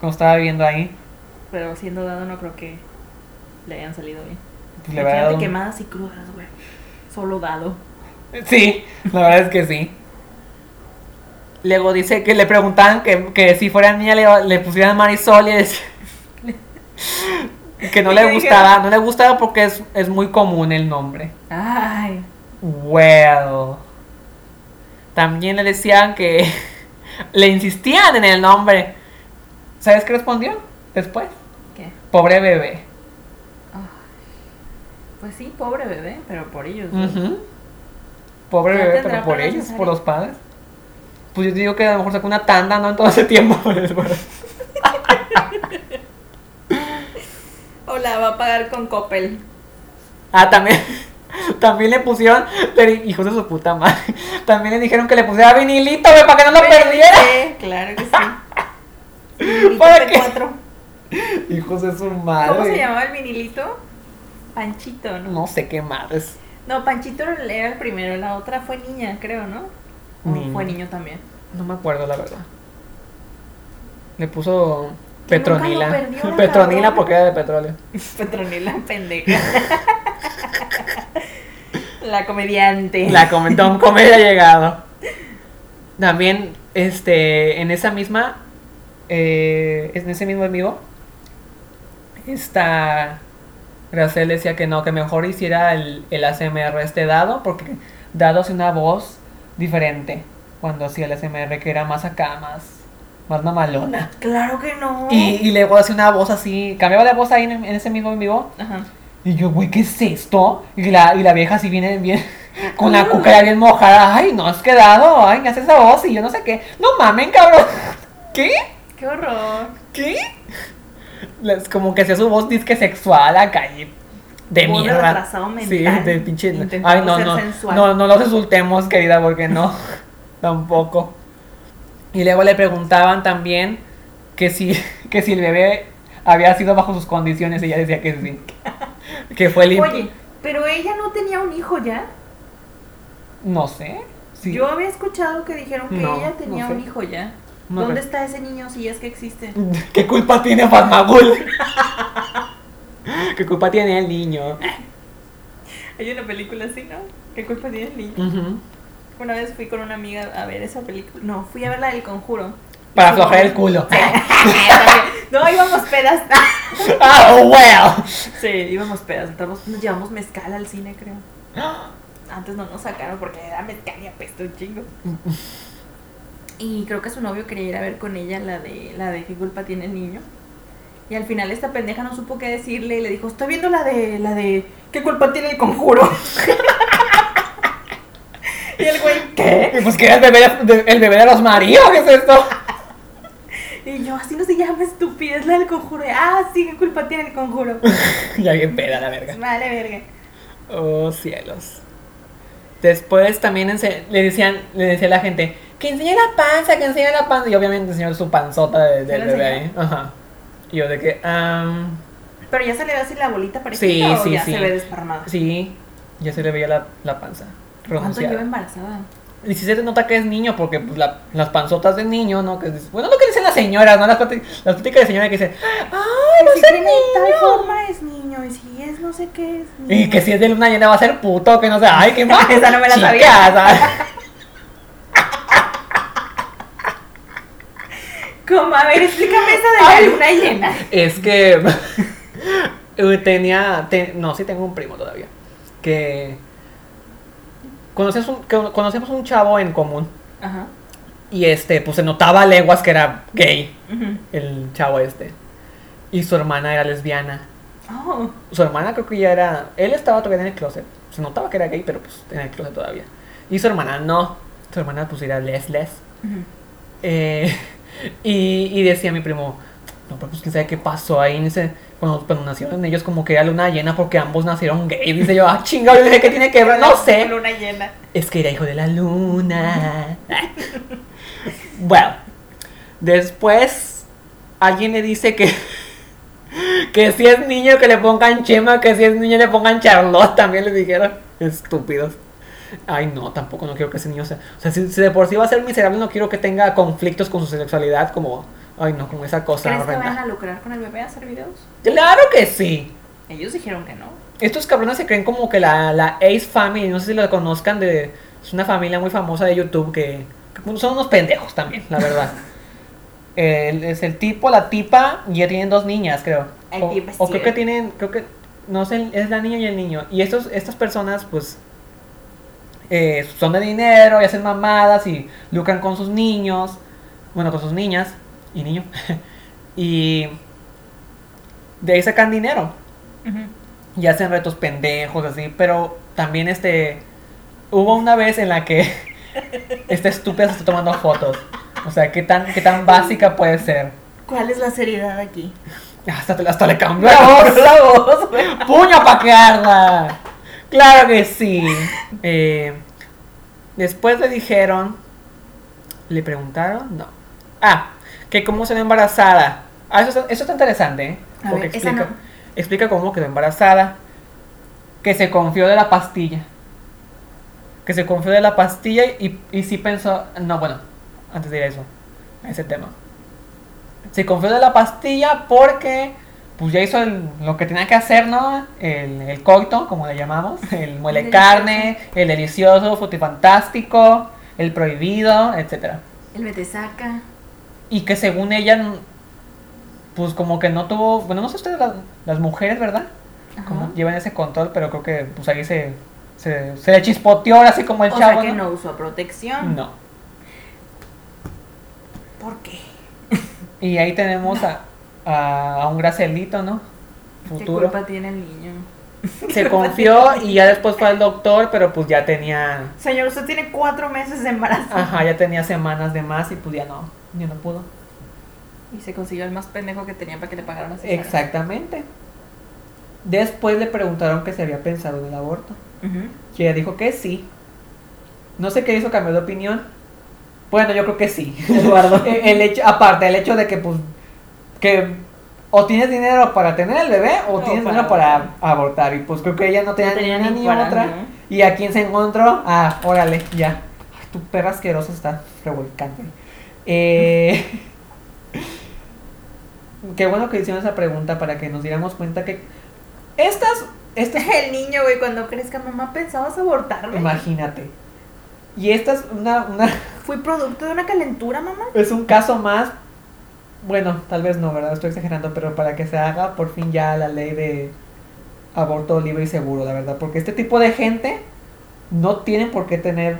S1: Como estaba viviendo ahí,
S2: Pero siendo dado no creo que le hayan salido bien.
S1: pues le había
S2: Imagínate
S1: dado. un-
S2: quemadas y crudas, güey. Solo dado.
S1: [LAUGHS] Sí, la verdad es que sí. Luego dice que le preguntaban que, que si fuera niña le, le pusieran Marisol y decía- que no
S2: Y
S1: le
S2: que
S1: gustaba, no le gustaba porque es, es muy común el nombre.
S2: Ay.
S1: Well. También le decían que [LAUGHS] le insistían en el nombre. ¿Sabes qué respondió? Después.
S2: ¿Qué?
S1: Pobre bebé.
S2: Pues sí, pobre bebé, pero por ellos. güey.
S1: Ujú. Pobre
S2: Ya
S1: bebé,
S2: tendrá
S1: pero por
S2: para
S1: ellos,
S2: necesario.
S1: por los padres. Pues yo te digo que a lo mejor sacó una tanda, ¿no? En todo ese tiempo. pues,
S2: O la va a pagar con Coppel.
S1: ah, también. [LAUGHS] También le pusieron, pero hijos de su puta madre. También le dijeron que le pusiera vinilito, güey, para que no lo perdiera.
S2: Sí, claro
S1: [LAUGHS]
S2: que sí. Vinilito
S1: ¿Para
S2: de
S1: qué?
S2: cuatro.
S1: Hijos de su madre.
S2: ¿Cómo se llamaba el vinilito? Panchito, ¿no?
S1: No sé qué madres.
S2: No, Panchito era el primero, la otra fue niña, creo, ¿no? O
S1: Niño.
S2: Fue niño
S1: [LAUGHS]
S2: también.
S1: No me acuerdo, la verdad. Le puso
S2: Que nunca lo
S1: Petronila.
S2: perdió, la
S1: Petronila
S2: cabrona.
S1: porque era de petróleo.
S2: Petronila pendeja. [LAUGHS] la comediante.
S1: La comentó como había llegado. También, este, en esa misma, eh, en ese mismo amigo, esta Graciela decía que no, que mejor hiciera el, el ASMR este dado, porque dado hacía una voz diferente cuando hacía el ASMR, que era más acá, más, más mamalona.
S2: Claro que no.
S1: Y, y luego hacía una voz así, cambiaba la voz ahí en, en ese mismo en vivo.
S2: Ajá.
S1: Y yo, güey, ¿qué es esto? Y la, y la vieja así viene bien, [LAUGHS] con
S2: Ah.
S1: la cucara bien mojada. Ay, no has quedado. Ay, me haces esa voz y yo no sé qué. No mamen, cabrón. [LAUGHS] ¿Qué?
S2: Qué horror.
S1: ¿Qué? Las- como que hacía su voz disque sexual acá y de
S2: Voz de
S1: mierda.
S2: retrasado
S1: sí,
S2: mental,
S1: de pinche.
S2: intentando
S1: Ay, no,
S2: ser
S1: no,
S2: sensual.
S1: no. No los insultemos, querida, porque no. [LAUGHS] Tampoco. Y luego le preguntaban también que si, [LAUGHS] que si el bebé había sido bajo sus condiciones y ella decía que
S2: [LAUGHS]
S1: sí. Que fue limpio.
S2: Oye, pero ella no tenía un hijo ya.
S1: No sé. Sí.
S2: Yo había escuchado que dijeron que
S1: No,
S2: ella tenía
S1: no sé.
S2: un hijo ya.
S1: No
S2: ¿Dónde
S1: sé.
S2: está ese niño si es que existe?
S1: [LAUGHS] ¿Qué culpa tiene
S2: [LAUGHS]
S1: Fasmagul? ¿Qué culpa tiene el niño?
S2: Hay una película así, ¿no? ¿Qué culpa tiene el niño?
S1: Ujú.
S2: Una vez fui con una amiga a ver esa película. No, fui a ver la del conjuro. [LAUGHS]
S1: Para aflojar el culo.
S2: No, íbamos pedas.
S1: ¡Ah, well!
S2: Sí, íbamos pedas. Entramos, nos llevamos mezcal al cine, creo. Antes no nos sacaron porque era mezcal y apesta un chingo. Y creo que su novio quería ir a ver con ella la de la de qué culpa tiene el niño. Y al final esta pendeja no supo qué decirle y le dijo, estoy viendo la de la de qué culpa tiene el conjuro. y el güey, ¿qué?
S1: Y pues que era el bebé de, de- el bebé de los maríos, ¿qué es esto? [LAUGHS]
S2: Y yo, así no se llama estupidez la del conjuro. Y, Ah, sí, qué culpa tiene el conjuro. Pues,
S1: ya bien peda la verga.
S2: Vale, verga.
S1: Oh, cielos. Después también ense- le decían, le decía a la gente, que enseñe la panza, que enseñe la panza. Y obviamente enseñó su panzota de- del
S2: ¿Se la
S1: bebé
S2: enseñó?
S1: ahí. Ajá. Y yo de que, ah...
S2: Pero ya se le ve así la bolita parejita
S1: Sí,
S2: o
S1: sí,
S2: ya
S1: sí.
S2: se ve desparmada.
S1: Sí, ya se le veía la, la panza.
S2: ¿Cuánto
S1: pronunciada.
S2: lleva embarazada?
S1: Y si se te nota que es niño, porque pues, la- las panzotas de niño, ¿no? Que, es- bueno, lo que dicen las señoras, ¿no? Las, plati- las pláticas de señora que dicen, ¡ay,
S2: Que
S1: va a
S2: si
S1: ser
S2: tiene tal
S1: niño!
S2: forma es niño y si es no sé qué es niño.
S1: Y que si es de luna llena va a ser puto, que no sé, ¡ay, qué más!
S2: [LAUGHS] Esa no me la
S1: Chica,
S2: sabía. [LAUGHS]
S1: ¿sabes?
S2: ¿Cómo? A ver, explícame esa de la luna llena.
S1: Es que [LAUGHS] eh, tenía, te- no, sí tengo un primo todavía, que conoces un- cono- conocemos un chavo en común
S2: Ajá.
S1: y este, pues se notaba a leguas que era gay,
S2: Ujú.
S1: el chavo este. Y su hermana era lesbiana.
S2: Oh,
S1: Su hermana creo que ya era... Él estaba todavía en el closet. Se notaba que era gay, pero pues en el closet todavía. Y su hermana no. Su hermana pues era les, les.
S2: ujú.
S1: Eh, [LAUGHS] y, y decía mi primo, no, pero pues quién sabe qué pasó ahí. Dice, cuando, cuando nacieron ellos, como que era luna llena porque ambos nacieron gay. Dice yo, ah, chingado, yo dije, ¿qué tiene que ver? No sé.
S2: Luna llena.
S1: Es que era hijo de la luna. bueno, después alguien le dice que. Que si es niño que le pongan Chema, que si es niño le pongan Charlotte, también le dijeron. Estúpidos. Ay, no, tampoco, no quiero que ese niño sea. O sea, si, si de por sí va a ser miserable, no quiero que tenga conflictos con su sexualidad, como. Ay, no, con esa cosa
S2: ¿Crees que van
S1: horrenda.
S2: a lucrar con el bebé a hacer videos?
S1: ¡Claro que sí!
S2: Ellos dijeron que no.
S1: Estos cabrones se creen como que la, la Ace Family, no sé si la conozcan, de, es una familia muy famosa de YouTube que, que pues, son unos pendejos también,
S2: [LAUGHS]
S1: la verdad. El- es el tipo, la tipa, y ya tienen dos niñas, creo.
S2: El
S1: o,
S2: tipo es
S1: o creo que
S2: cierto.
S1: tienen, creo que, no sé, es la niña y el niño. Y estos, estas personas, pues, eh, son de dinero y hacen mamadas y lucran con sus niños, bueno, con sus niñas y niño. [LAUGHS] y de ahí sacan dinero y hacen retos pendejos así, pero también este hubo una vez en la que esta estúpida se está tomando fotos. O sea, qué tan qué tan básica puede ser.
S2: ¿Cuál es la seriedad
S1: [LAUGHS]
S2: aquí?
S1: Hasta, hasta le cambió la voz, la voz. Puño pa' que arda. Claro que sí. Eh, después le dijeron, le preguntaron, no. Ah, que cómo se ve embarazada. Ah, eso, está- eso está interesante, ¿eh?
S2: A
S1: Porque
S2: ver, esa
S1: explica,
S2: no.
S1: explica cómo quedó embarazada. Que se confió de la pastilla. Que se confió de la pastilla y, y sí pensó, no, bueno, antes de ir a eso, a ese tema se confió de la pastilla porque pues ya hizo el- lo que tenía que hacer, ¿no? El, el coito, como le llamamos, [LAUGHS] el muele carne, el delicioso, fantástico, el prohibido, etcétera.
S2: El bebé saca.
S1: Y que según ella, pues como que no tuvo, bueno, no sé ustedes la- las mujeres, ¿verdad? Como llevan ese control, pero creo que pues ahí se, se, se le chispoteó ahora así como el
S2: O
S1: chavo.
S2: sea que no usó protección.
S1: No.
S2: ¿Por qué?
S1: Y ahí tenemos a, a, a un Gracelito, ¿no?
S2: ¿Qué
S1: Futuro.
S2: culpa tiene el niño?
S1: se confió y ya después fue al doctor, pero pues ya tenía,
S2: Señor, usted tiene cuatro meses de embarazo.
S1: ajá, ya tenía semanas de más y pues ya no, ya no pudo.
S2: Y se consiguió el más pendejo que tenía para que le pagaran así.
S1: Exactamente. Después le preguntaron que si había pensado en el aborto. Y ella dijo que sí. No sé qué hizo, cambió de opinión. Bueno, yo creo que sí.
S2: Eduardo.
S1: [LAUGHS] El el hecho, aparte, el hecho de que pues que o tienes dinero para tener el bebé o
S2: O
S1: tienes
S2: para
S1: dinero para abortar. Y pues creo que ella no tenía,
S2: No tenía
S1: ni una
S2: ni
S1: ni
S2: para,
S1: otra.
S2: ¿no?
S1: ¿Y a quién se encontró? Ah, órale, ya. Ay, tu perra asquerosa está revolcante. Eh, [LAUGHS] qué bueno que hicieron esa pregunta para que nos diéramos cuenta que estas, este estas
S2: [LAUGHS] El niño, güey, cuando crezca, mamá, pensabas abortarme.
S1: Imagínate. Y esta es una, una- [LAUGHS]
S2: Fui producto de una calentura, mamá.
S1: es un caso más. Bueno, tal vez no, ¿verdad? Estoy exagerando, pero para que se haga por fin ya la ley de aborto libre y seguro, la verdad. Porque este tipo de gente no tienen por qué tener.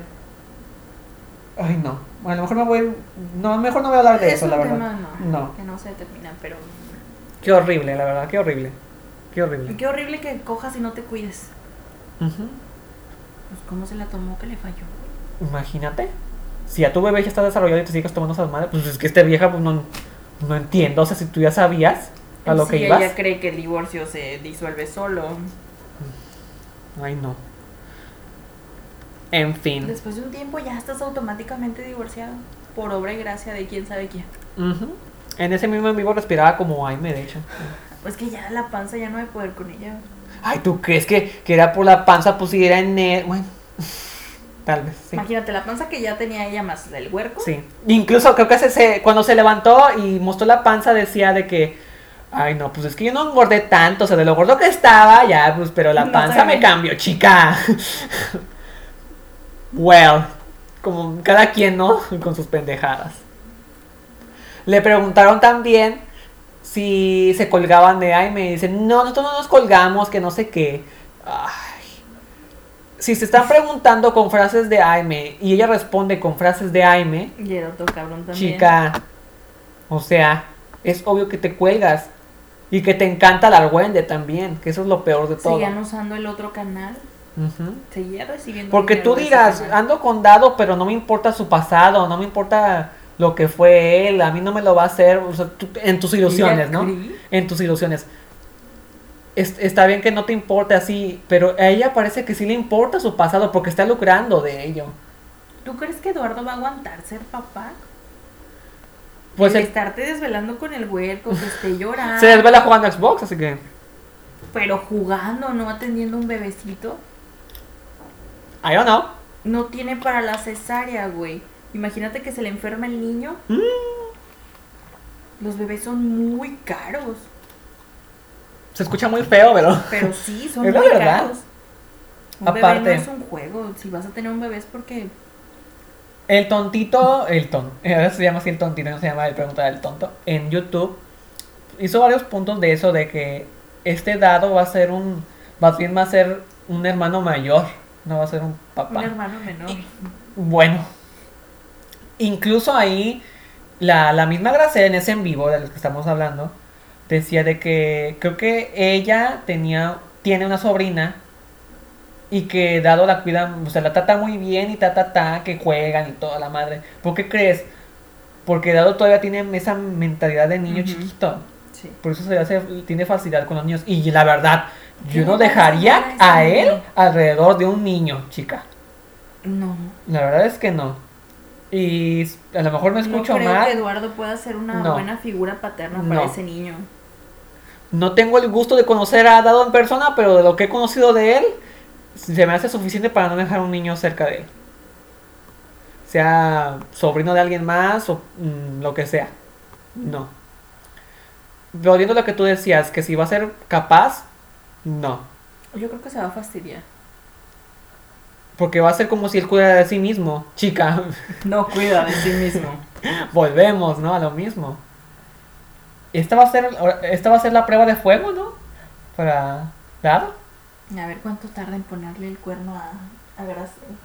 S1: Ay, no. Bueno, a lo mejor me voy. No, mejor no voy a hablar de eso,
S2: un
S1: la
S2: tema,
S1: verdad.
S2: No,
S1: No.
S2: Que no se determina, pero.
S1: Qué horrible, la verdad, qué horrible. Qué horrible.
S2: Qué horrible que cojas y no te cuides.
S1: Ujú.
S2: Pues, ¿cómo se la tomó que le falló?
S1: Imagínate. Si a tu bebé ya está desarrollado y te sigues tomando esas madres, pues es que esta vieja pues, no, no entiendo. O sea, si tú ya sabías a lo
S2: Sí,
S1: que ibas.
S2: Ella cree que el divorcio se disuelve solo.
S1: Ay, no. En fin.
S2: Después de un tiempo ya estás automáticamente divorciado. Por obra y gracia de quién sabe quién.
S1: Ujú. En ese mismo en vivo respiraba como Aime, de hecho.
S2: Pues que ya la panza ya no hay poder con ella.
S1: Ay, ¿tú crees que, que era por la panza? Pues si era en el... Bueno, [LAUGHS] tal vez, sí.
S2: Imagínate, la panza que ya tenía ella más el huerco.
S1: Sí. Incluso creo que se- se- cuando se levantó y mostró la panza decía de que, ay no, pues es que yo no engordé tanto, o sea, de lo gordo que estaba, ya, pues, pero la
S2: No
S1: panza
S2: sabe.
S1: me cambió, chica. [LAUGHS] well, como cada quien, ¿no? [LAUGHS] Con sus pendejadas. Le preguntaron también si se colgaban de ahí, me dicen, no, nosotros no nos colgamos, que no sé qué. Ay. si se están preguntando con frases de Aime y ella responde con frases de Aime,
S2: Y el otro cabrón también.
S1: chica, o sea, es obvio que te cuelgas y que te encanta la argüende también, que eso es lo peor de todo.
S2: Sigan usando el otro canal.
S1: Ujú.
S2: Seguía recibiendo.
S1: Porque
S2: dinero
S1: tú
S2: de ese
S1: digas,
S2: canal.
S1: ando con dado, pero no me importa su pasado, no me importa lo que fue él, a mí no me lo va a hacer, o sea, tú- en tus ilusiones,
S2: Mira,
S1: ¿no?
S2: Cri.
S1: en tus ilusiones. Es- está bien que no te importe así, pero a ella parece que sí le importa su pasado porque está lucrando de ello.
S2: ¿Tú crees que Eduardo va a aguantar ser papá?
S1: Pues
S2: El
S1: él
S2: estarte desvelando con el huerco, que esté llorando.
S1: se desvela jugando a Xbox, así que
S2: Pero jugando, no atendiendo un bebecito.
S1: I don't know.
S2: No tiene para la cesárea, güey. Imagínate que se le enferma el niño.
S1: Mm.
S2: Los bebés son muy caros.
S1: Se escucha muy feo, pero
S2: Pero
S1: [LAUGHS]
S2: sí, son
S1: Es la
S2: muy
S1: verdad.
S2: caros. Un
S1: Aparte-
S2: bebé no es un juego. Si vas a tener un bebé es porque
S1: el tontito, el ton, [LAUGHS] eh, ahora se llama así el tontito, no se llama el pregunta del tonto, en YouTube hizo varios puntos de eso de que este dado va a ser un más bien va a ser un hermano mayor, no va a ser un papá.
S2: un hermano menor.
S1: Bueno, incluso ahí la, la misma Gracia en ese en vivo de los que estamos hablando decía de que creo que ella tenía tiene una sobrina y que dado la cuida, o sea, la trata muy bien y ta ta ta, que juegan y toda la madre. ¿Por qué crees? Porque dado todavía tiene esa mentalidad de niño
S2: Ujú.
S1: chiquito.
S2: Sí.
S1: Por eso se le hace, tiene facilidad con los niños. Y la verdad, yo
S2: ¿Qué
S1: no
S2: le pasa
S1: dejaría
S2: a
S1: a
S2: ese
S1: él
S2: niño?
S1: alrededor de un niño, chica.
S2: No.
S1: La verdad es que no. Y s- a lo mejor me escucho
S2: no creo
S1: mal.
S2: que Eduardo pueda ser una
S1: No.
S2: buena figura paterna para
S1: No.
S2: ese niño.
S1: No tengo el gusto de conocer a Dado en persona, pero de lo que he conocido de él, se me hace suficiente para no dejar un niño cerca de él. Sea sobrino de alguien más o mm, lo que sea. No. Volviendo a lo que tú decías, que si va a ser capaz, no.
S2: Yo creo que se va a
S1: [LAUGHS]
S2: fastidiar.
S1: Porque va a ser como si él cuidara de sí mismo. Chica,
S2: No cuida de sí mismo.
S1: volvemos, ¿no? A lo mismo. Esta va a ser, esta va a ser la prueba de fuego, ¿no? Para Dado.
S2: A ver cuánto tarda en ponerle el cuerno a, a Gracel.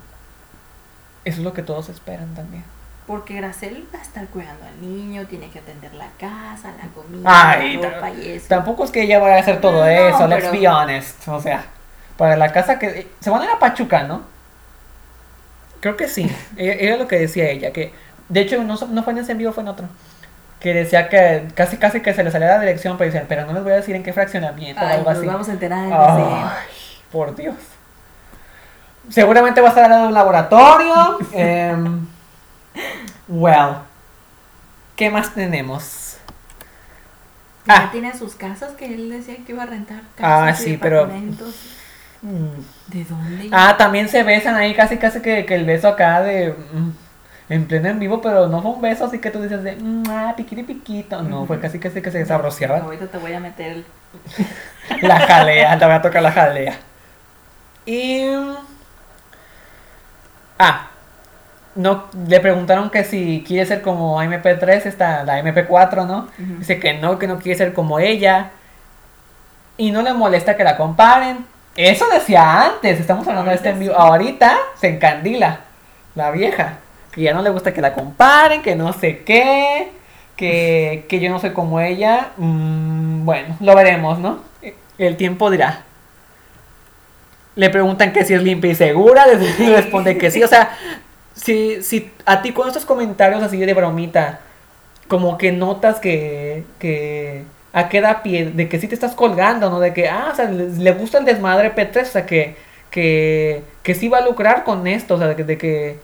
S1: Eso es lo que todos esperan también.
S2: Porque Gracel va a estar cuidando al niño, tiene que atender la casa, la comida,
S1: Ay,
S2: la ropa y eso.
S1: Tampoco es que ella vaya a hacer todo
S2: No,
S1: eso, let's
S2: pero-
S1: be honest. O sea, para la casa que... Se van a ir a Pachuca, ¿no? Creo
S2: [LAUGHS]
S1: que sí. Era era lo que decía ella, que... De hecho, no, so- no fue en ese en vivo, fue en otro. Que decía que casi casi que se le salía la dirección, pero decían, pero no les voy a decir en qué fraccionamiento o
S2: Ay,
S1: algo
S2: nos
S1: así.
S2: vamos a enterar de
S1: Ay, por Dios. Seguramente va a estar al lado de un laboratorio. Em, well. ¿Qué más tenemos?
S2: Ya
S1: Ah.
S2: tiene sus casas que él decía que iba a rentar.
S1: Ah,
S2: Casas y
S1: sí, pero-
S2: departamentos.
S1: Mm.
S2: ¿De dónde?
S1: Ah, también se besan ahí, casi casi que, que el beso acá de... mm, En pleno en vivo, pero no fue un beso, así que tú dices de... mm, ah, piquito y piquito. No, fue casi casi que se desabrociaban.
S2: Ahorita te voy a meter el...
S1: La jalea, te voy a tocar la jalea. Y. Ah. No, le preguntaron que si quiere ser como AMP3, esta, la MP4, ¿no?
S2: Ujú.
S1: Dice que no, que no quiere ser como ella. Y no le molesta que la comparen. Eso decía antes, estamos hablando de este en vivo. Ahorita se encandila la vieja. Que ya no le gusta que la comparen, que no sé qué, que, que yo no soy como ella. Mm, bueno, lo veremos, ¿no? El tiempo dirá. Le preguntan que si es limpia y segura, le responde que sí. O sea, si, si a ti con estos comentarios así de bromita, como que notas que, que a qué da pie, de que sí te estás colgando, ¿no? De que, ah, o sea, le, le gusta el desmadre P3, o sea, que, que, que sí va a lucrar con esto, o sea, de que, de que,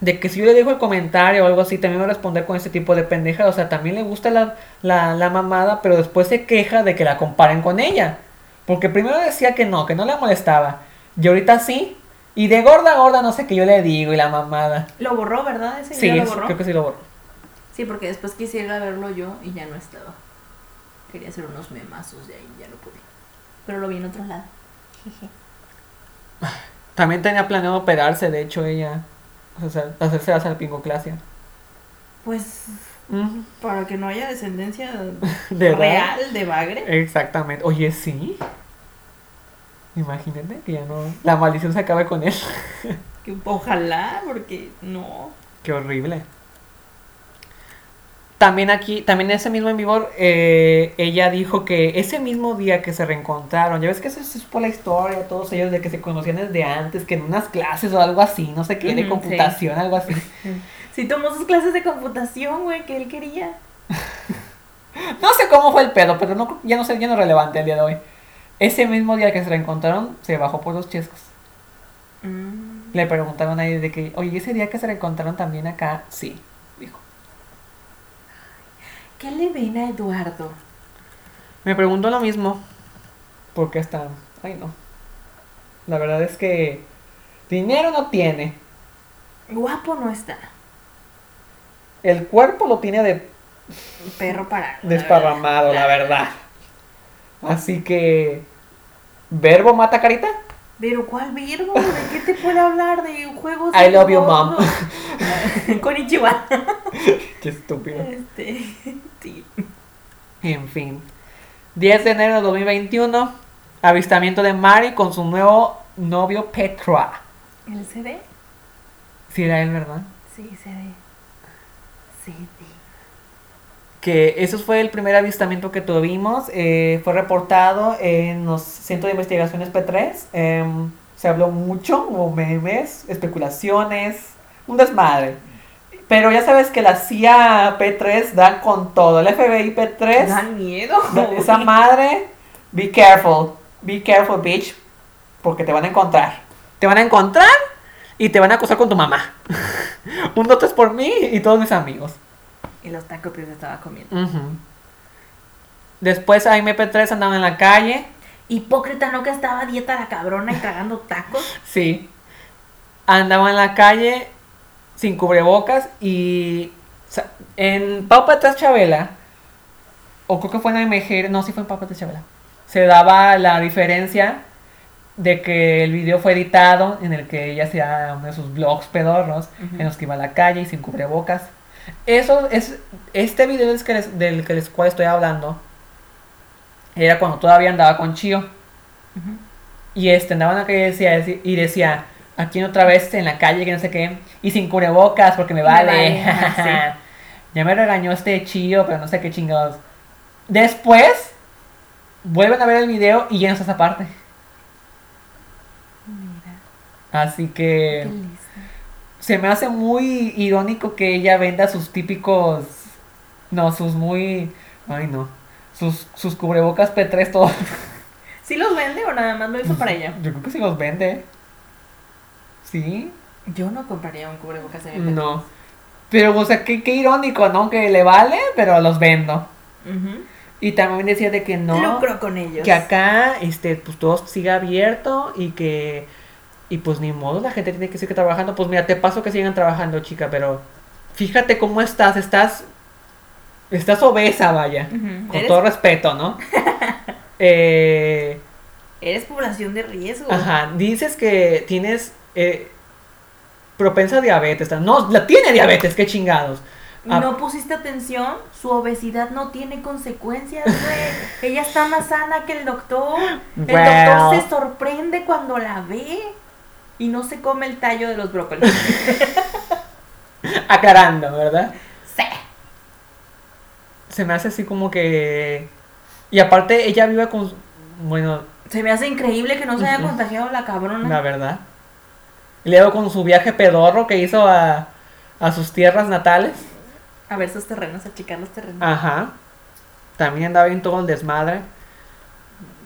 S1: de que si yo le dejo el comentario o algo así, también va a responder con este tipo de pendeja, o sea, también le gusta la, la, la mamada, pero después se queja de que la comparen con ella. Porque primero decía que no, que no la molestaba, y ahorita sí, y de gorda a gorda no sé qué yo le digo y la mamada.
S2: Lo borró, ¿verdad? Ese
S1: Sí,
S2: video
S1: es-
S2: lo borró.
S1: creo que sí lo borró.
S2: Sí, porque después quisiera verlo yo y ya no estaba. Quería hacer unos memazos de ahí, ya no pude. Pero lo vi en otro lado. Jeje.
S1: También tenía planeado operarse, de hecho, ella. O sea, hacerse la salpingoclasia.
S2: Pues para que no haya [LAUGHS] descendencia
S1: ¿De verdad?
S2: real de bagre.
S1: Exactamente. Oye, sí. Imagínate que ya no. La maldición se acabe con él. [LAUGHS]
S2: Que ojalá, porque no.
S1: Qué horrible. También aquí, también ese mismo en vigor, eh, ella dijo que ese mismo día que se reencontraron, ya ves que eso es por la historia, todos ellos de que se conocían desde antes, que en unas clases o algo así, no sé qué,
S2: Ujú,
S1: de
S2: sí.
S1: computación, algo así.
S2: Sí tomó sus clases de computación, güey, que él quería.
S1: No sé cómo fue el pedo, pero no, ya no sé, ya no es relevante el día de hoy. Ese mismo día que se reencontraron, se bajó por los chescos.
S2: Mm.
S1: Le preguntaron a ella de que, oye, ese día que se reencontraron también acá, sí, dijo.
S2: ¿Qué le ven a Eduardo?
S1: Me pregunto lo mismo. Porque hasta. Ay, no. La verdad es que. Dinero no tiene.
S2: Guapo no está.
S1: El cuerpo lo tiene de,
S2: Perro parado. la
S1: desparramado, la verdad. Así que. ¿Verbo mata carita?
S2: Pero ¿cuál Virgo? ¿De qué te puede hablar? ¿De juegos?
S1: I
S2: de
S1: love you,
S2: gordo?
S1: mom.
S2: [LAUGHS] Con Ichiwa.
S1: Qué estúpido.
S2: Este, [LAUGHS] sí.
S1: En fin. 10 de enero de 2021. Avistamiento de Mari con su nuevo novio Petra.
S2: ¿El CD?
S1: Sí, era él, ¿verdad?
S2: Sí, CD. CD.
S1: que ese fue el primer avistamiento que tuvimos. eh, fue reportado en los Centros de Investigaciones P3. em, se habló mucho, hubo memes, especulaciones, un desmadre. Pero ya sabes que la CIA P3 dan con todo. El FBI P3,
S2: Da miedo.
S1: da-
S2: [LAUGHS]
S1: esa madre, be careful, be careful, bitch, porque te van a encontrar. Te van a encontrar y te van a acusar con tu mamá. [LAUGHS] un dos tres por mí y todos mis amigos.
S2: Y los tacos que se estaba comiendo.
S1: Ujú. Después ahí MP3 andaba en la calle.
S2: Hipócrita, ¿no? Que estaba a dieta la cabrona y tragando tacos.
S1: Sí. Andaba en la calle sin cubrebocas y sa- en Paupa Tras Chabela, o creo que fue en AMG, no, sí fue en Paupa Tras Chabela, se daba la diferencia de que el video fue editado en el que ella hacía uno de sus vlogs pedorros
S2: Ujú.
S1: en los que iba a la calle y sin cubrebocas. Eso es, este video es que les- del que les cual estoy hablando era cuando todavía andaba con Chio. Y este, andaban acá y decía, y decía, aquí otra vez en la calle, que no sé qué, y sin cubrebocas porque me
S2: Me
S1: vale. [LAUGHS]
S2: vale, ajá,
S1: ya me regañó este chillo, pero no sé qué chingados. Después, vuelven a ver el video y ya no está esa parte.
S2: Mira,
S1: Así
S2: qué
S1: que
S2: lista.
S1: se me hace muy irónico que ella venda sus típicos, no, sus muy, ay no, sus, sus cubrebocas P3 todos.
S2: ¿Sí los vende o nada más lo hizo para ella?
S1: [LAUGHS] Yo creo que sí los vende. Sí,
S2: Yo no compraría un cubrebocas de mi
S1: No. Pero, o sea, qué, qué irónico, ¿no? Que le vale, pero los vendo.
S2: Ujú.
S1: Y también decía de que no.
S2: Lucro con ellos.
S1: Que acá, este, pues todo siga abierto y que. Y pues ni modo, la gente tiene que seguir trabajando. Pues mira, te paso que sigan trabajando, chica, pero fíjate cómo estás. Estás. Estás obesa, vaya.
S2: Ujú.
S1: Con
S2: Mm, ¿Eres,
S1: todo
S2: [LAUGHS]
S1: respeto, ¿no? eh.
S2: eres población de riesgo.
S1: Ajá, dices que tienes eh, propensa a diabetes. No, la tiene diabetes, qué chingados. Ah.
S2: No pusiste atención, su obesidad no tiene consecuencias, güey. Ella está más sana que el doctor. El doctor
S1: Well.
S2: se sorprende cuando la ve y no se come el tallo de los
S1: [LAUGHS]
S2: brócolis.
S1: Aclarando, ¿verdad?
S2: Sí.
S1: Se me hace así como que... Y aparte, ella vive con... Bueno,
S2: Se me hace increíble que no se haya
S1: Ujú.
S2: contagiado la cabrona.
S1: la verdad. Y Luego con su viaje pedorro que hizo a, a sus tierras natales.
S2: A ver sus terrenos, a checar los
S1: Ah.
S2: terrenos.
S1: Ajá. También andaba bien todo el desmadre.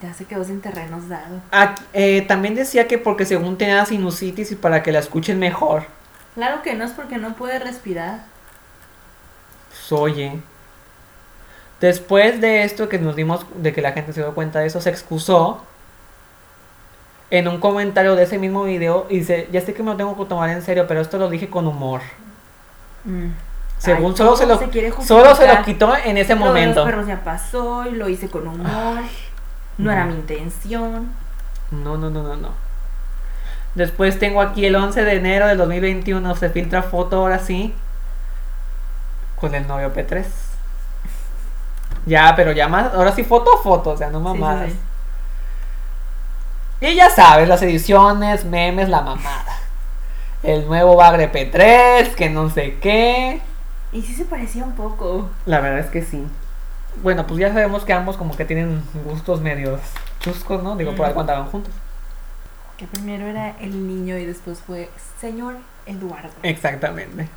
S2: Ya se quedó sin terrenos dado.
S1: Ah, eh, también decía que porque según tenía sinusitis y para que la escuchen mejor.
S2: Claro que no es porque no puede respirar.
S1: Pues, oye. Después de esto que nos dimos, de que la gente se dio cuenta de eso, se excusó en un comentario de ese mismo video y dice, ya sé que me lo tengo que tomar en serio, pero esto lo dije con humor.
S2: Mm.
S1: Según
S2: Ay,
S1: solo
S2: ¿cómo
S1: se lo
S2: quiere
S1: solo se lo
S2: justificar?
S1: quitó en ese
S2: Lo de los
S1: momento.
S2: perros ya pasó y lo hice con humor. no era
S1: no.
S2: mi intención.
S1: No, no, no, no, no. Después tengo aquí el 11 de enero del 2021, se filtra foto ahora sí con el novio P3. Ya, pero ya más, ahora sí foto, foto, o sea, no
S2: Sí, sí,
S1: mamadas.
S2: sí.
S1: Y ya sabes, las ediciones, memes, la mamada. El nuevo Bagre P3, que no sé qué.
S2: Y sí se parecía un poco.
S1: La verdad es que sí. Bueno, pues ya sabemos que ambos como que tienen gustos medios chuscos, ¿no? Digo, por algo andaban juntos.
S2: Que primero era el niño y después fue señor Eduardo.
S1: Eh. Exactamente.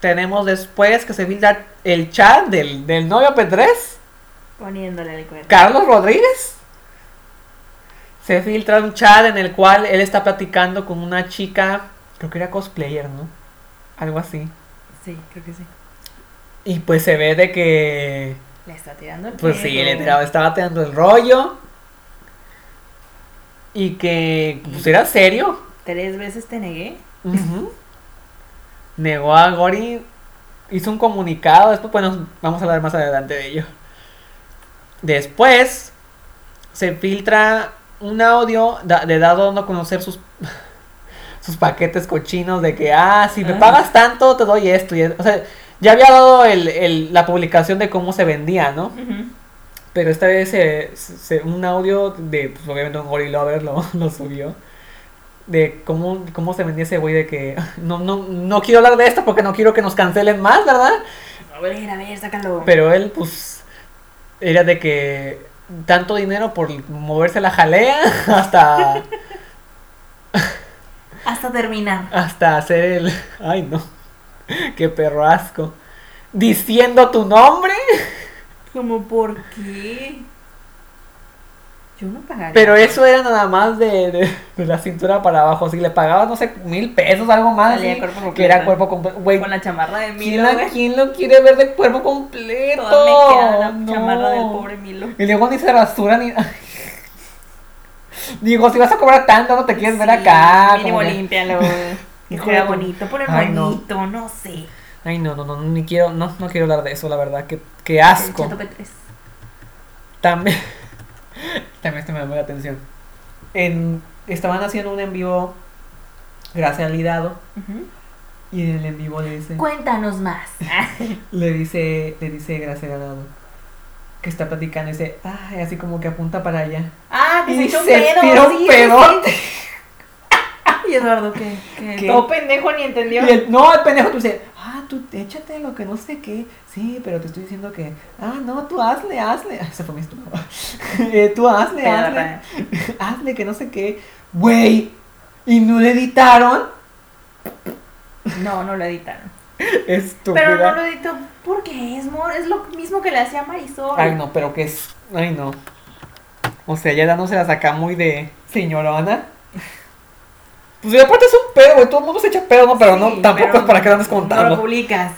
S1: Tenemos después que se filtra el chat del, del novio P3,
S2: Poniéndole el cuerpo.
S1: Carlos Rodríguez. Se filtra un chat en el cual él está platicando con una chica, creo que era cosplayer, ¿no? Algo así.
S2: Sí, creo que sí.
S1: Y pues se ve de que
S2: Le está tirando el
S1: Pues sí,
S2: pedo.
S1: le tiraba, estaba tirando el rollo. Y que pues era serio.
S2: Tres veces te negué.
S1: Ujú. Negó a Gori. Hizo un comunicado. Después, bueno, vamos a hablar más adelante de ello. Después se filtra un audio da- de Dado dando a conocer sus [LAUGHS] sus paquetes cochinos de que, ah, si me
S2: Ah.
S1: pagas tanto, te doy esto. y- o sea, ya había dado el- el- la publicación de cómo se vendía, ¿no? Pero esta vez eh, se- se- un audio de, pues obviamente un Gory Lover lo, [LAUGHS] lo subió. De cómo, cómo se vendía ese güey de que [LAUGHS] no, no, no quiero hablar de esto porque no quiero que nos cancelen más, ¿verdad?
S2: A ver, a ver, sácalo.
S1: Pero él, pues, era de que tanto dinero por moverse la jalea [LAUGHS] hasta,
S2: Hasta terminar.
S1: hasta hacer el... [LAUGHS] Ay, no. Qué perro asco. Diciendo tu nombre.
S2: Como, ¿por qué? Yo no pagaría.
S1: Pero eso era nada más de, de- de la cintura para abajo. Si le pagabas, no sé, mil pesos, algo más.
S2: Salía
S1: así,
S2: cuerpo completo.
S1: ah, que era cuerpo completo. Güey,
S2: Con la chamarra de
S1: ¿quién,
S2: Milo,
S1: la-
S2: güey.
S1: quién lo quiere ver de cuerpo completo?
S2: Toda mequeada la
S1: No.
S2: chamarra del pobre Milo.
S1: Y luego ni se rasura ni. [LAUGHS] Digo, si vas a cobrar tanto, no te quieres ver
S2: Sí,
S1: acá.
S2: Mínimo
S1: como que- [LAUGHS]
S2: límpialo. Que
S1: Híjole,
S2: sea
S1: por-
S2: bonito, ponle
S1: Ay, no.
S2: bonito, no, sé.
S1: Ay, no, no, no, ni quiero, no, no quiero hablar de eso, la verdad, que, que
S2: El
S1: asco.
S2: Chato P3.
S1: También. [LAUGHS] También este me llamó la atención. En, estaban haciendo un en vivo, gracias al Hidado,
S2: Ujú.
S1: y en el en vivo le dice.
S2: Cuéntanos más.
S1: Ah, Le dice, le dice gracias al Hidalgo, Que está platicando y dice, ay, así como que apunta para allá.
S2: ah, que se
S1: Y
S2: echó un
S1: se
S2: pedo.
S1: tira un
S2: sí,
S1: [LAUGHS] pedote.
S2: sí, sí. Y Eduardo, ¿qué? ¿Qué?
S1: ¿Qué?
S2: Todo pendejo ni
S1: Y
S2: entendió.
S1: el, no, el pendejo tú dice, ah, tú échate lo que no sé qué. Sí, pero te estoy diciendo que, ah, no, tú hazle, hazle. [LAUGHS] Ay, Se fue mi estómago. Eh, tú hazle, hazle.
S2: Pedorra.
S1: hazle que no sé qué. Güey. Y no le editaron.
S2: No, no lo editaron.
S1: Estúpida.
S2: Pero no lo editó porque es, mor- es lo mismo que le hacía Marisol.
S1: Ay, no, pero que es. Ay, no. O sea, ya dándose la saca muy de señorona. Pues y aparte es un pedo, güey. Todo el mundo se echa pedo, ¿no? Pero no,
S2: Sí,
S1: tampoco
S2: pero
S1: es para que andes
S2: No
S1: contando.
S2: lo publicas.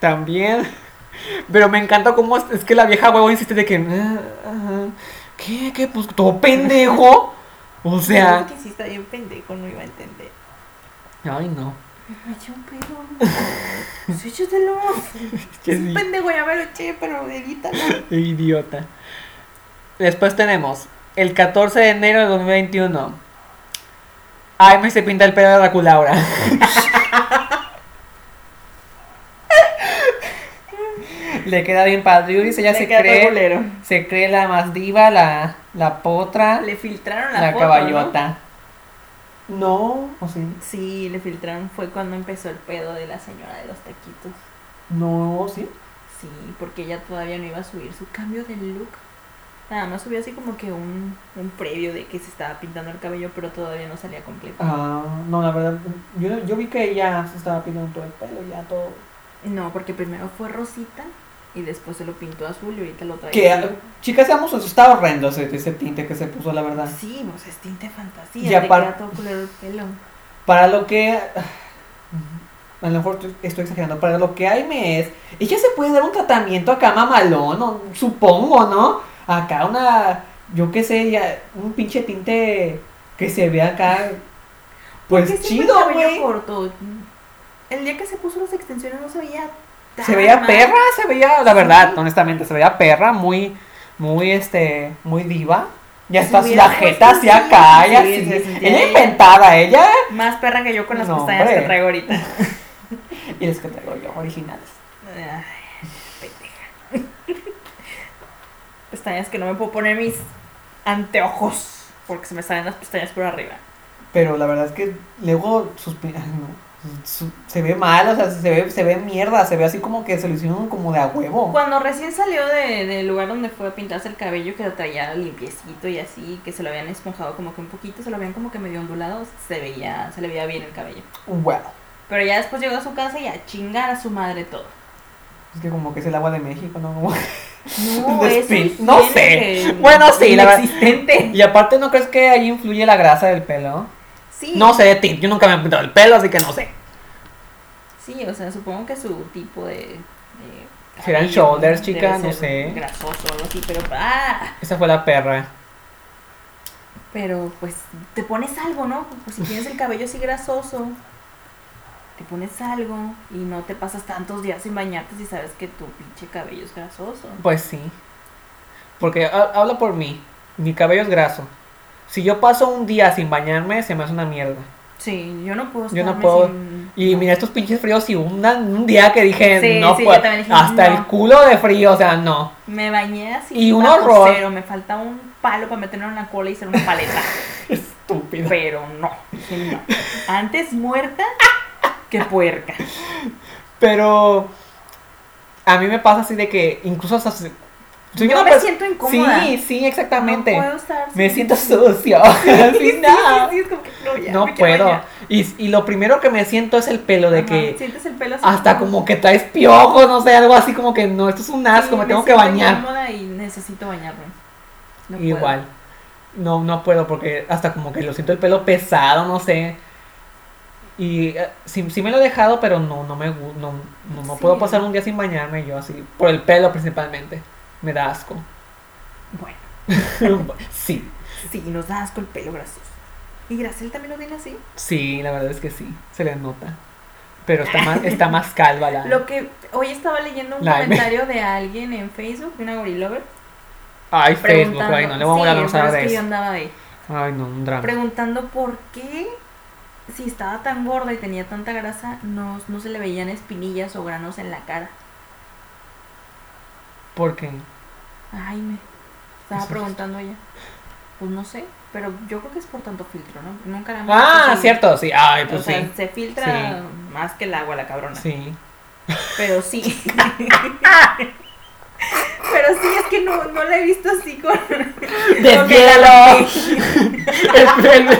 S1: También. Pero me encanta cómo es, es que la vieja huevo insiste de que. "Ah, ajá, ¿Qué? ¿Qué? Pues todo pendejo. O sea.
S2: Creo que sí está bien pendejo, no iba a entender.
S1: Ay, no.
S2: Me eché un
S1: [LAUGHS]
S2: pedo. Sí, échatelo.
S1: Qué
S2: Es un pendejo, ya me lo eché, pero edítalo.
S1: Idiota. Después tenemos el 14 de enero de 2021. Aime se pinta el pelo de Draculaura. [LAUGHS] Le queda bien padre. Yuri se- ella
S2: Le
S1: se
S2: queda todo
S1: cree,
S2: culero.
S1: se cree la más diva, la, la potra,
S2: Ah, Le filtraron la,
S1: la
S2: foto,
S1: caballota. No, o sí.
S2: ¿no? Sí, le filtraron. Fue cuando empezó el pedo de la señora de los taquitos.
S1: No, sí.
S2: Sí, porque ella todavía no iba a subir su cambio de look. Nada más subió así como que un, un previo de que se estaba pintando el cabello, pero todavía no salía completo.
S1: Ah, no, la verdad. Yo, yo vi que ella se estaba pintando todo el pelo, ya todo.
S2: No, porque primero fue rosita y después se lo pintó azul y ahorita lo trae.
S1: Que,
S2: azul.
S1: ah, chicas, seamos honestos, está horrendo ese, ese tinte que se puso, la verdad.
S2: Sí, pues es tinte fantasía.
S1: Y
S2: te
S1: apar-
S2: queda todo color el pelo.
S1: Para lo que. [SIGHS] A lo mejor estoy- estoy exagerando. Para lo que hay me es. Ella se puede dar un tratamiento acá mamalón, o- supongo, ¿no? Acá una. Yo qué sé, ya, un pinche tinte que se ve acá.
S2: Porque
S1: Pues
S2: siempre
S1: chido,
S2: el cabello
S1: güey.
S2: corto. El día que se puso las extensiones no se veía tan
S1: Se veía
S2: mal.
S1: perra, se veía, la verdad, honestamente, se veía perra, muy, muy, este, muy diva. Ya
S2: Se
S1: está así,
S2: hubiera
S1: la jeta
S2: puesto
S1: hacia acá,
S2: así,
S1: y
S2: sí,
S1: así.
S2: se sentía
S1: Ella
S2: ahí.
S1: inventada, ella
S2: Más perra que yo con las
S1: No,
S2: pestañas
S1: hombre.
S2: que traigo ahorita.
S1: Y los que traigo yo, originales.
S2: Ay, pendeja. [LAUGHS] pestañas que no me puedo poner mis anteojos porque se me salen las pestañas por arriba.
S1: Pero la verdad es que luego suspira, no, su- se ve mal, o sea, se ve, se ve mierda, se ve así como que se lo hicieron como de a huevo.
S2: Cuando recién salió de- del lugar donde fue a pintarse el cabello, que lo traía limpiecito y así, que se lo habían esponjado como que un poquito, se lo habían como que medio ondulado, se veía, se le veía bien el cabello.
S1: Wow.
S2: Pero ya después llegó a su casa y a chingar a su madre
S1: [LAUGHS]
S2: todo.
S1: Es que como que es el agua de México, ¿no? Como-
S2: No,
S1: Despe-
S2: es un
S1: no
S2: higiene
S1: sé.
S2: que-
S1: Bueno, sí, la verdad-
S2: inexistente.
S1: Y aparte, ¿no crees que ahí influye la grasa del pelo?
S2: Sí.
S1: No sé de ti, yo nunca me he pintado el pelo, así que no sé.
S2: Sí, o sea, supongo que su tipo de. de
S1: Serán
S2: cabello
S1: shoulders,
S2: debe
S1: chica, no
S2: ser
S1: sé.
S2: Grasoso o algo así, pero. ¡Ah!
S1: Esa fue la perra.
S2: Pero pues te pones algo, ¿no? Pues si tienes el cabello así grasoso, te pones algo y no te pasas tantos días sin bañarte si sabes que tu pinche cabello es grasoso.
S1: Pues sí. Porque ha- habla por mí. Mi cabello es graso. Si yo paso un día sin bañarme, se me hace una mierda.
S2: Sí, yo no puedo
S1: Yo no
S2: estarme
S1: puedo.
S2: sin-
S1: Y mira estos pinches fríos y una- un día que dije,
S2: Sí,
S1: no
S2: sí, yo
S1: puedo.
S2: también dije,
S1: Hasta
S2: no.
S1: el culo de frío, o sea, no.
S2: Me bañé así.
S1: Y un
S2: bajo
S1: horror.
S2: cero, Me falta un palo para meterlo en la cola y hacer una
S1: [LAUGHS]
S2: paleta.
S1: Estúpido.
S2: pero no, dije, no. Antes muerta que puerca.
S1: Pero a mí me pasa así de que incluso hasta si- soy
S2: Yo
S1: una
S2: me
S1: pers-
S2: siento incómoda.
S1: Sí, sí, exactamente.
S2: No puedo estar
S1: me
S2: sin- [LAUGHS]
S1: siento sucio. [LAUGHS]
S2: Sí,
S1: así,
S2: sí,
S1: no.
S2: sí, sí, es como que no, ya,
S1: no
S2: me quiero
S1: puedo.
S2: bañar.
S1: Y, y lo primero que me siento es el pelo de
S2: Ajá,
S1: que
S2: sientes el pelo así
S1: hasta como que traes piojos, no sé, algo así como que no, esto es un asco,
S2: Sí,
S1: me
S2: me
S1: tengo que
S2: siento
S1: bañar.
S2: incómoda y necesito bañarme. No puedo.
S1: Igual. No, no puedo porque hasta como que lo siento el pelo pesado, no sé. Y eh, sí, sí me lo he dejado, pero no, no me gu- no, no, no
S2: Sí.
S1: puedo pasar un día sin bañarme yo así. Por el pelo principalmente. Me da
S2: [LAUGHS]
S1: asco.
S2: Bueno,
S1: sí,
S2: sí, nos da asco el pelo grasoso. Y Gracel también lo tiene así.
S1: sí, la verdad es que sí. Se le nota. Pero está más, está más calva la.
S2: [LAUGHS] Lo que hoy estaba leyendo un
S1: La M.
S2: comentario de alguien en Facebook, de una gorilover,
S1: Ay, Facebook,
S2: preguntando.
S1: ay, no le voy a
S2: Sí,
S1: volver a
S2: pero
S1: hablar
S2: es
S1: de
S2: que yo
S1: eso.
S2: andaba ahí.
S1: Ay, no, un drama.
S2: preguntando por qué si estaba tan gorda y tenía tanta grasa no, no se le veían espinillas o granos en la cara.
S1: ¿Por qué?
S2: Ay, me estaba
S1: Eso.
S2: preguntando ella. Pues no sé, pero yo creo que es por tanto filtro, ¿no? Nunca la hemos
S1: Ah,
S2: visto sin-
S1: cierto, sí. Ay,
S2: O
S1: pues
S2: sea,
S1: sí.
S2: se filtra
S1: Sí.
S2: más que el agua la cabrona.
S1: Sí. [LAUGHS]
S2: Pero sí. pero sí, es que no, no la he visto así con...
S1: ¡Deshielo!
S2: [LAUGHS]
S1: El- el-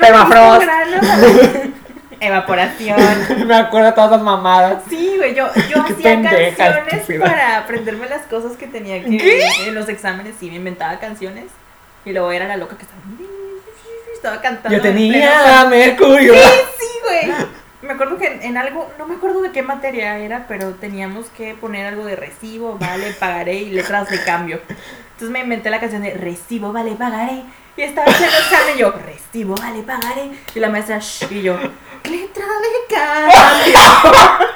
S1: Permafrost.
S2: Permafrost.
S1: [LAUGHS]
S2: Evaporación.
S1: Me acuerdo de todas las mamadas.
S2: Sí, güey, yo, yo
S1: [LAUGHS] Qué
S2: hacía
S1: pendeja,
S2: canciones
S1: estúpida.
S2: para aprenderme las cosas que tenía que en los exámenes, sí, me inventaba canciones y luego era la loca que estaba, estaba cantando.
S1: Yo
S2: en pleno
S1: tenía
S2: examen.
S1: a Mercurio.
S2: Sí, güey. Me acuerdo que en, en algo, no me acuerdo de qué materia era, pero teníamos que poner algo de recibo, vale, pagaré y letras de cambio. Entonces me inventé la canción de recibo, vale, pagaré. Y estaba haciendo el examen y yo, recibo, vale, pagaré. Y la maestra, shh, y yo, letra de cambio. [LAUGHS]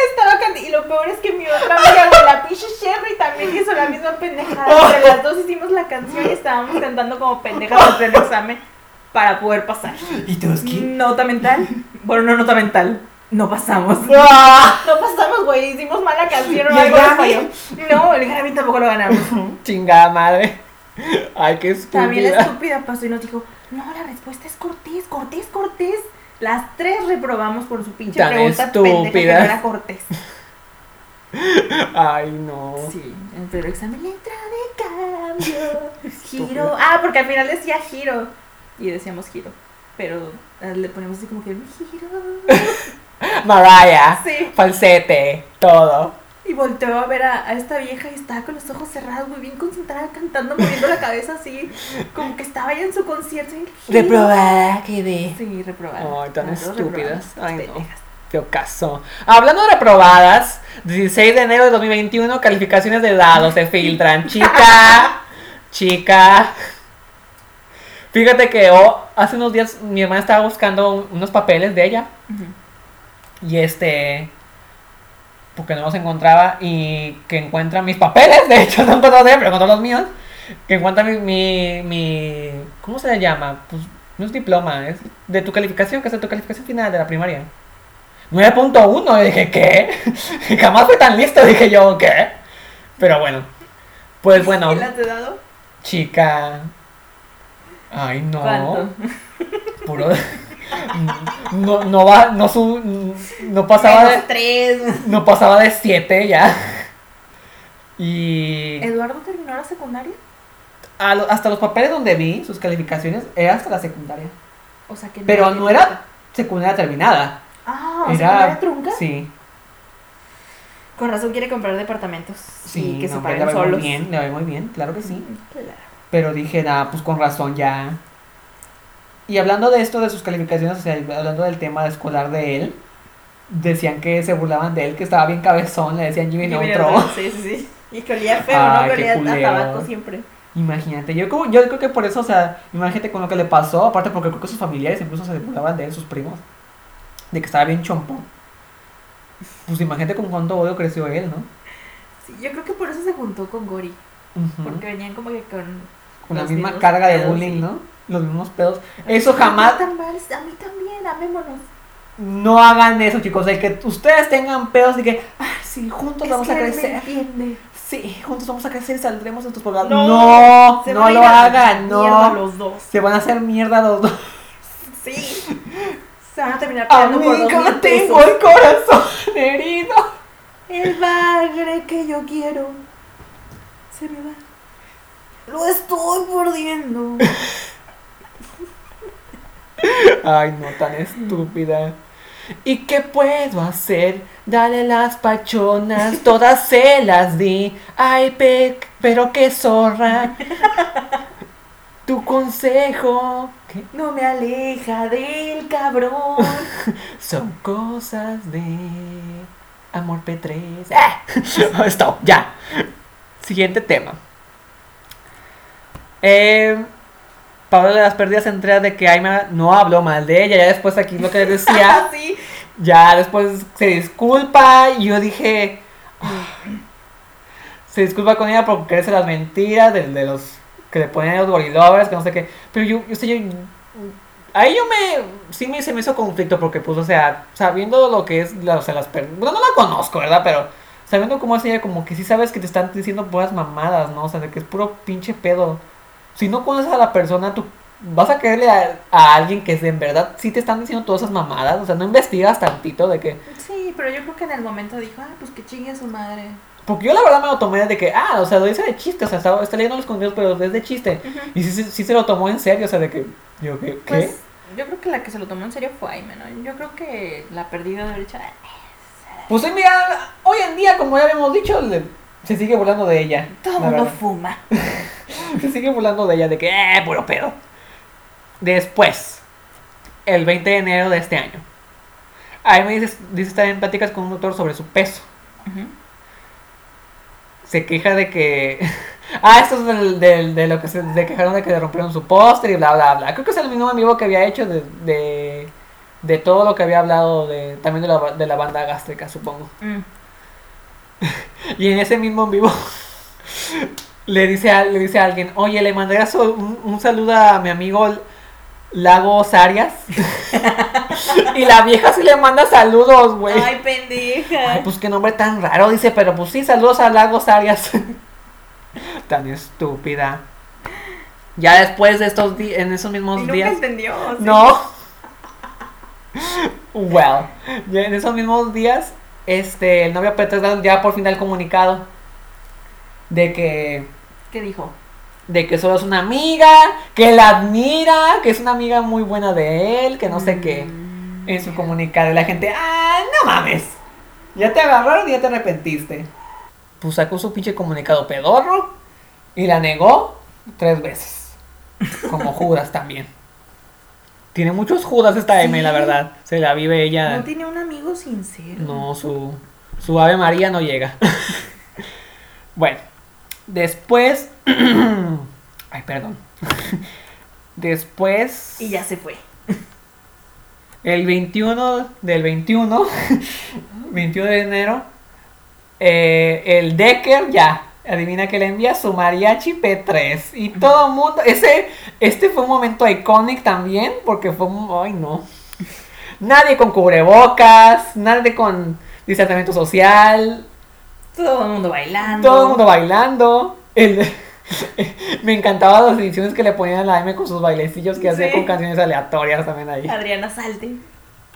S2: Estaba cantando. Y lo peor es que mi otra amiga, güey, la pinche Sherry, también hizo la misma pendejada. Entre las dos hicimos la canción y estábamos cantando como pendejas en el examen para poder pasar.
S1: ¿Y tú
S2: Nota mental. Bueno, no nota mental. No pasamos.
S1: ¡Ah!
S2: No pasamos, güey. Hicimos mala canción
S1: ¿Y
S2: o
S1: el
S2: algo así.
S1: Grammy?
S2: No, el Grammy tampoco lo ganamos.
S1: Chingada madre. Ay, qué estúpida.
S2: También la estúpida pasó y nos dijo, no, la respuesta es Cortés, Cortés, Cortés. Las tres reprobamos por su pinche
S1: Tan
S2: pregunta pendeja que
S1: estúpidas.
S2: no era Cortés.
S1: Ay, no.
S2: Sí, pero examen letra de [LAUGHS] cambio. Giro.
S1: Estúpida.
S2: Ah, porque al final decía giro. Y decíamos giro. Pero eh, le ponemos así como que [LAUGHS] giro.
S1: Mariah.
S2: Sí.
S1: Falsete. Todo.
S2: Y volteó a ver a, a esta vieja y estaba con los ojos cerrados, muy bien concentrada, cantando, moviendo la cabeza así, como que estaba ya en su concierto. y-
S1: Reprobada quedé.
S2: Sí, reprobada.
S1: Ay, tan
S2: Las dos reprobadas,
S1: estúpidas. Ay, no.
S2: pendejas.
S1: Qué ocaso. Hablando de reprobadas, 16 de enero de 2021, calificaciones de dados se filtran. Chica, chica. Fíjate que oh, hace unos días mi hermana estaba buscando un- unos papeles de ella
S2: Ujú.
S1: y este. Porque no los encontraba y que encuentra mis papeles. [LAUGHS] De hecho, no encontró de ella, pero encontró los míos. Que encuentra mi. mi, mi ¿Cómo se le llama? Pues no es diploma, es de tu calificación, que es de tu calificación final de la primaria. [LAUGHS] 9.1, y dije, ¿qué? Jamás fui tan listo, dije yo, ¿qué? Pero bueno. Pues bueno,
S2: ¿Qué las he dado?
S1: chica. Ay, no.
S2: ¿Cuánto?
S1: Puro. [LAUGHS] No, no va, no su, no pasaba,
S2: Menos tres.
S1: no pasaba de 7 ya. Y
S2: ¿Eduardo terminó la secundaria?
S1: a lo- hasta los papeles donde vi sus calificaciones era hasta la secundaria.
S2: O sea que
S1: Pero no era secundaria terminada.
S2: Ah, o sea, ¿no
S1: Era
S2: era trunca.
S1: Sí.
S2: Con razón quiere comprar departamentos. Sí,
S1: Sí,
S2: que se
S1: no, hombre,
S2: paguen
S1: le va muy
S2: solos. Pues
S1: bien, le va muy bien, claro que sí.
S2: Claro.
S1: Pero dije, nada, pues con razón ya. Y hablando de esto, de sus calificaciones, o sea, hablando del tema escolar de él, decían que se burlaban de él, que estaba bien cabezón, le decían Jimmy
S2: Y mira,
S1: Neutron.
S2: Sí, sí, sí. Y que olía feo,
S1: Ay,
S2: ¿no? Que
S1: Ah, qué
S2: olía a
S1: culero.
S2: tabaco siempre.
S1: Imagínate, yo, como, yo creo que por eso, o sea, imagínate con lo que le pasó, aparte porque creo que sus familiares incluso se burlaban de él, sus primos, de que estaba bien chompón. Pues imagínate con cuánto odio creció él, ¿no?
S2: Sí, yo creo que por eso se juntó con Gori.
S1: Ujú.
S2: Porque venían como que con.
S1: Con la
S2: los
S1: misma
S2: mismos
S1: carga de
S2: pedos,
S1: bullying,
S2: sí.
S1: ¿no? Los mismos pedos. Eso jamás,
S2: No tan mal, a mí también, amémonos.
S1: No hagan eso, chicos. El que ustedes tengan pedos y que, ah, sí, juntos vamos
S2: que
S1: a
S2: él me
S1: crecer.
S2: entiende.
S1: Sí, juntos vamos a crecer y saldremos de estos problemas.
S2: No,
S1: No, no,
S2: Se van a
S1: lo
S2: ir a la
S1: hagan,
S2: mierda
S1: no.
S2: los dos.
S1: Se van a hacer mierda los dos. [LAUGHS]
S2: Sí. Se van a terminar pagando por dos mil
S1: Amiga, tengo
S2: pesos.
S1: el corazón herido.
S2: El bagre que yo quiero. Se me va. Lo estoy mordiendo.
S1: Ay, no, tan estúpida. ¿Y qué puedo hacer? Dale las pachonas, todas se las di. Ay, pe- pero qué zorra. Tu consejo. ¿Qué?
S2: No me aleja del cabrón.
S1: [LAUGHS] Son cosas de amor P3. ¡Ah! [LAUGHS] Stop, ya. Siguiente tema. Eh, Pablo de las pérdidas se entera de que Aima no habló mal de ella. Ya después aquí lo que les [LAUGHS] decía.
S2: Así.
S1: ya después se disculpa. Y yo dije. "Ah". Se disculpa con ella por creerse las mentiras de, de los que le ponen los bolilovers, que no sé qué. Pero yo, yo, sé, yo, ahí yo me, sí me, se me hizo conflicto porque pues, o sea, sabiendo lo que es, la, o sea, las per- bueno, no la conozco, ¿verdad? Pero sabiendo cómo es ella, como que sí sabes que te están diciendo puras mamadas, ¿no? O sea, de que es puro pinche pedo. Si no conoces a la persona, tú vas a creerle a, a alguien que en verdad sí te están diciendo todas esas mamadas, o sea, no investigas tantito de que...
S2: Sí, pero yo creo que en el momento dijo, ah, pues que chingue a su madre.
S1: Porque yo la verdad me lo tomé de que, ah, o sea, lo dice de chiste, o sea, está, está leyendo los contenidos, pero es de chiste. Y sí, sí, sí se lo tomó en serio, o sea, de que, yo, ¿qué? ¿qué?
S2: Pues yo creo que la que se lo tomó en serio fue Aime, ¿no? Yo creo que la perdida de haber dicho, "Ah,
S1: Pues sí, mira, hoy en día, como ya habíamos dicho, le- se sigue burlando de ella.
S2: todo
S1: la
S2: mundo
S1: verdad.
S2: fuma.
S1: Se sigue burlando de ella, de que, eh, puro pedo. Después, el 20 de enero de este año, ahí me dice, dice estar en pláticas con un doctor sobre su peso. Se queja de que. [LAUGHS] Ah, esto es del, del- de lo que se de quejaron de que le rompieron su póster y bla, bla, bla. Creo que es el mismo en vivo que había hecho de, de, de todo lo que había hablado de, también de la, ba- de la banda gástrica, supongo.
S2: Mm.
S1: Y en ese mismo en vivo [LAUGHS] le dice a, le dice a alguien, oye, le mandé a su- un, un saludo a mi amigo Lagos Arias. [LAUGHS] y la vieja sí le manda saludos, güey.
S2: Ay, pendeja.
S1: Ay, pues qué nombre tan raro, dice, pero pues sí, saludos a Lagos Arias. [LAUGHS] tan estúpida. Ya después de estos días, en esos
S2: y
S1: mismos
S2: nunca
S1: días...
S2: entendió. o sea,
S1: No. Well, ya en esos mismos días, este, el novio Petra da ya por fin da el comunicado de que,
S2: ¿Qué dijo?
S1: de que solo es una amiga, que la admira, que es una amiga muy buena de él, que no sé qué.
S2: Mm.
S1: En su comunicado, y la gente, ¡ah, no mames! Ya te agarraron y ya te arrepentiste. Pues sacó su pinche comunicado pedorro y la negó tres veces. Como Judas también. Tiene muchos Judas esta M, la
S2: Sí.
S1: verdad. Se la vive ella.
S2: No tiene un amigo sincero.
S1: No, su, su Ave María no llega. [LAUGHS] bueno, después. [CLEARS THROAT] Ay, perdón. [LAUGHS] después.
S2: Y ya se fue.
S1: El 21 del [LAUGHS] 21, 21 de enero, eh, el Decker ya. Adivina que le envía su mariachi P3. Y todo mundo. Ese, este fue un momento icónico también. Porque fue. un- Ay, no. Nadie con cubrebocas. Nadie con distanciamiento social.
S2: Todo el mundo bailando.
S1: Todo el mundo bailando. El- [LAUGHS] me encantaban las ediciones que le ponían a la M con sus bailecillos que hacía
S2: Sí.
S1: con canciones aleatorias también ahí.
S2: Adriana Salte.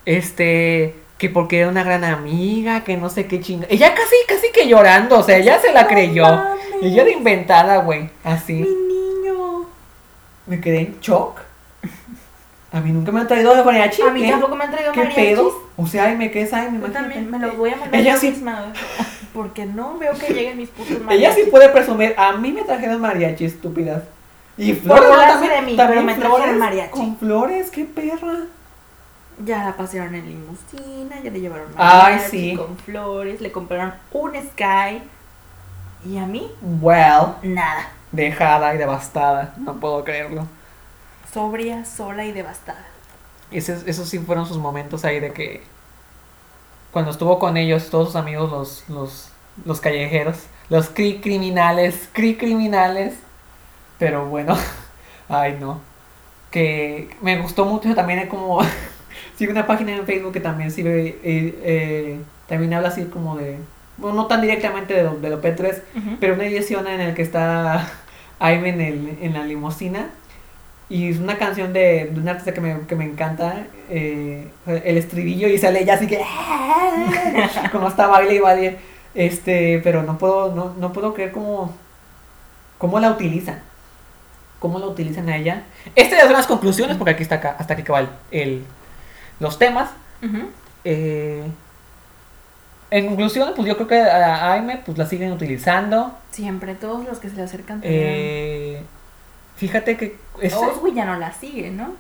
S1: Este, que porque era una gran amiga, que no sé qué chinga. Ella casi, casi que llorando, o sea, ella se la
S2: No
S1: creyó.
S2: mames.
S1: Ella era inventada, güey,
S2: Mi
S1: así.
S2: niño.
S1: Me quedé en shock. A mí nunca me han traído de mariachi.
S2: A mí
S1: ¿qué?
S2: tampoco me han traído
S1: ¿Qué
S2: mariachis.
S1: pedo? O sea, ay, me quedé, ¿sabes?
S2: Yo también me los
S1: lo
S2: voy a mandar
S1: Ella
S2: yo
S1: sí.
S2: misma, güey. Porque no veo que lleguen mis putos
S1: [LAUGHS] Ella sí
S2: mariachis.
S1: puede presumir, a mí me trajeron mariachi, estúpidas. Y
S2: Por
S1: flores, ¿no?
S2: burlarse
S1: también,
S2: de mí,
S1: también
S2: pero me
S1: flores,
S2: trajeron mariachi.
S1: Con flores, qué perra.
S2: Ya la pasearon en limusina, ya le llevaron
S1: Ay,
S2: mariachi
S1: sí.
S2: con flores, le compraron un Sky. Y a mí,
S1: Well,
S2: nada.
S1: dejada y devastada, no puedo creerlo.
S2: Sobria, sola y devastada.
S1: Ese- esos sí fueron sus momentos ahí de que cuando estuvo con ellos, todos sus amigos, los, los, los callejeros, los cri criminales, cri criminales. Pero bueno, [LAUGHS] ay no. Que me gustó mucho también es como [LAUGHS] sigue una página en Facebook que también sirve, eh, eh, también habla así como de, bueno, no tan directamente de, lo- de lo P3, pero una edición en el que está Aime en, el- en la limusina y es una canción de, de un artista que me, que me encanta, eh, el estribillo y sale ella así que [LAUGHS] como está baile y baile, este, pero no puedo, no, no puedo creer cómo, cómo la utilizan, cómo la utilizan a ella. Estas ya son las conclusiones porque aquí está acá, hasta aquí cabal el, los temas.
S2: Ujú.
S1: eh, en conclusión, pues yo creo que a Aime pues la siguen utilizando.
S2: Siempre todos los que se le acercan. terminan-
S1: Eh, fíjate que ese-
S2: Oswi ya no la sigue, ¿no?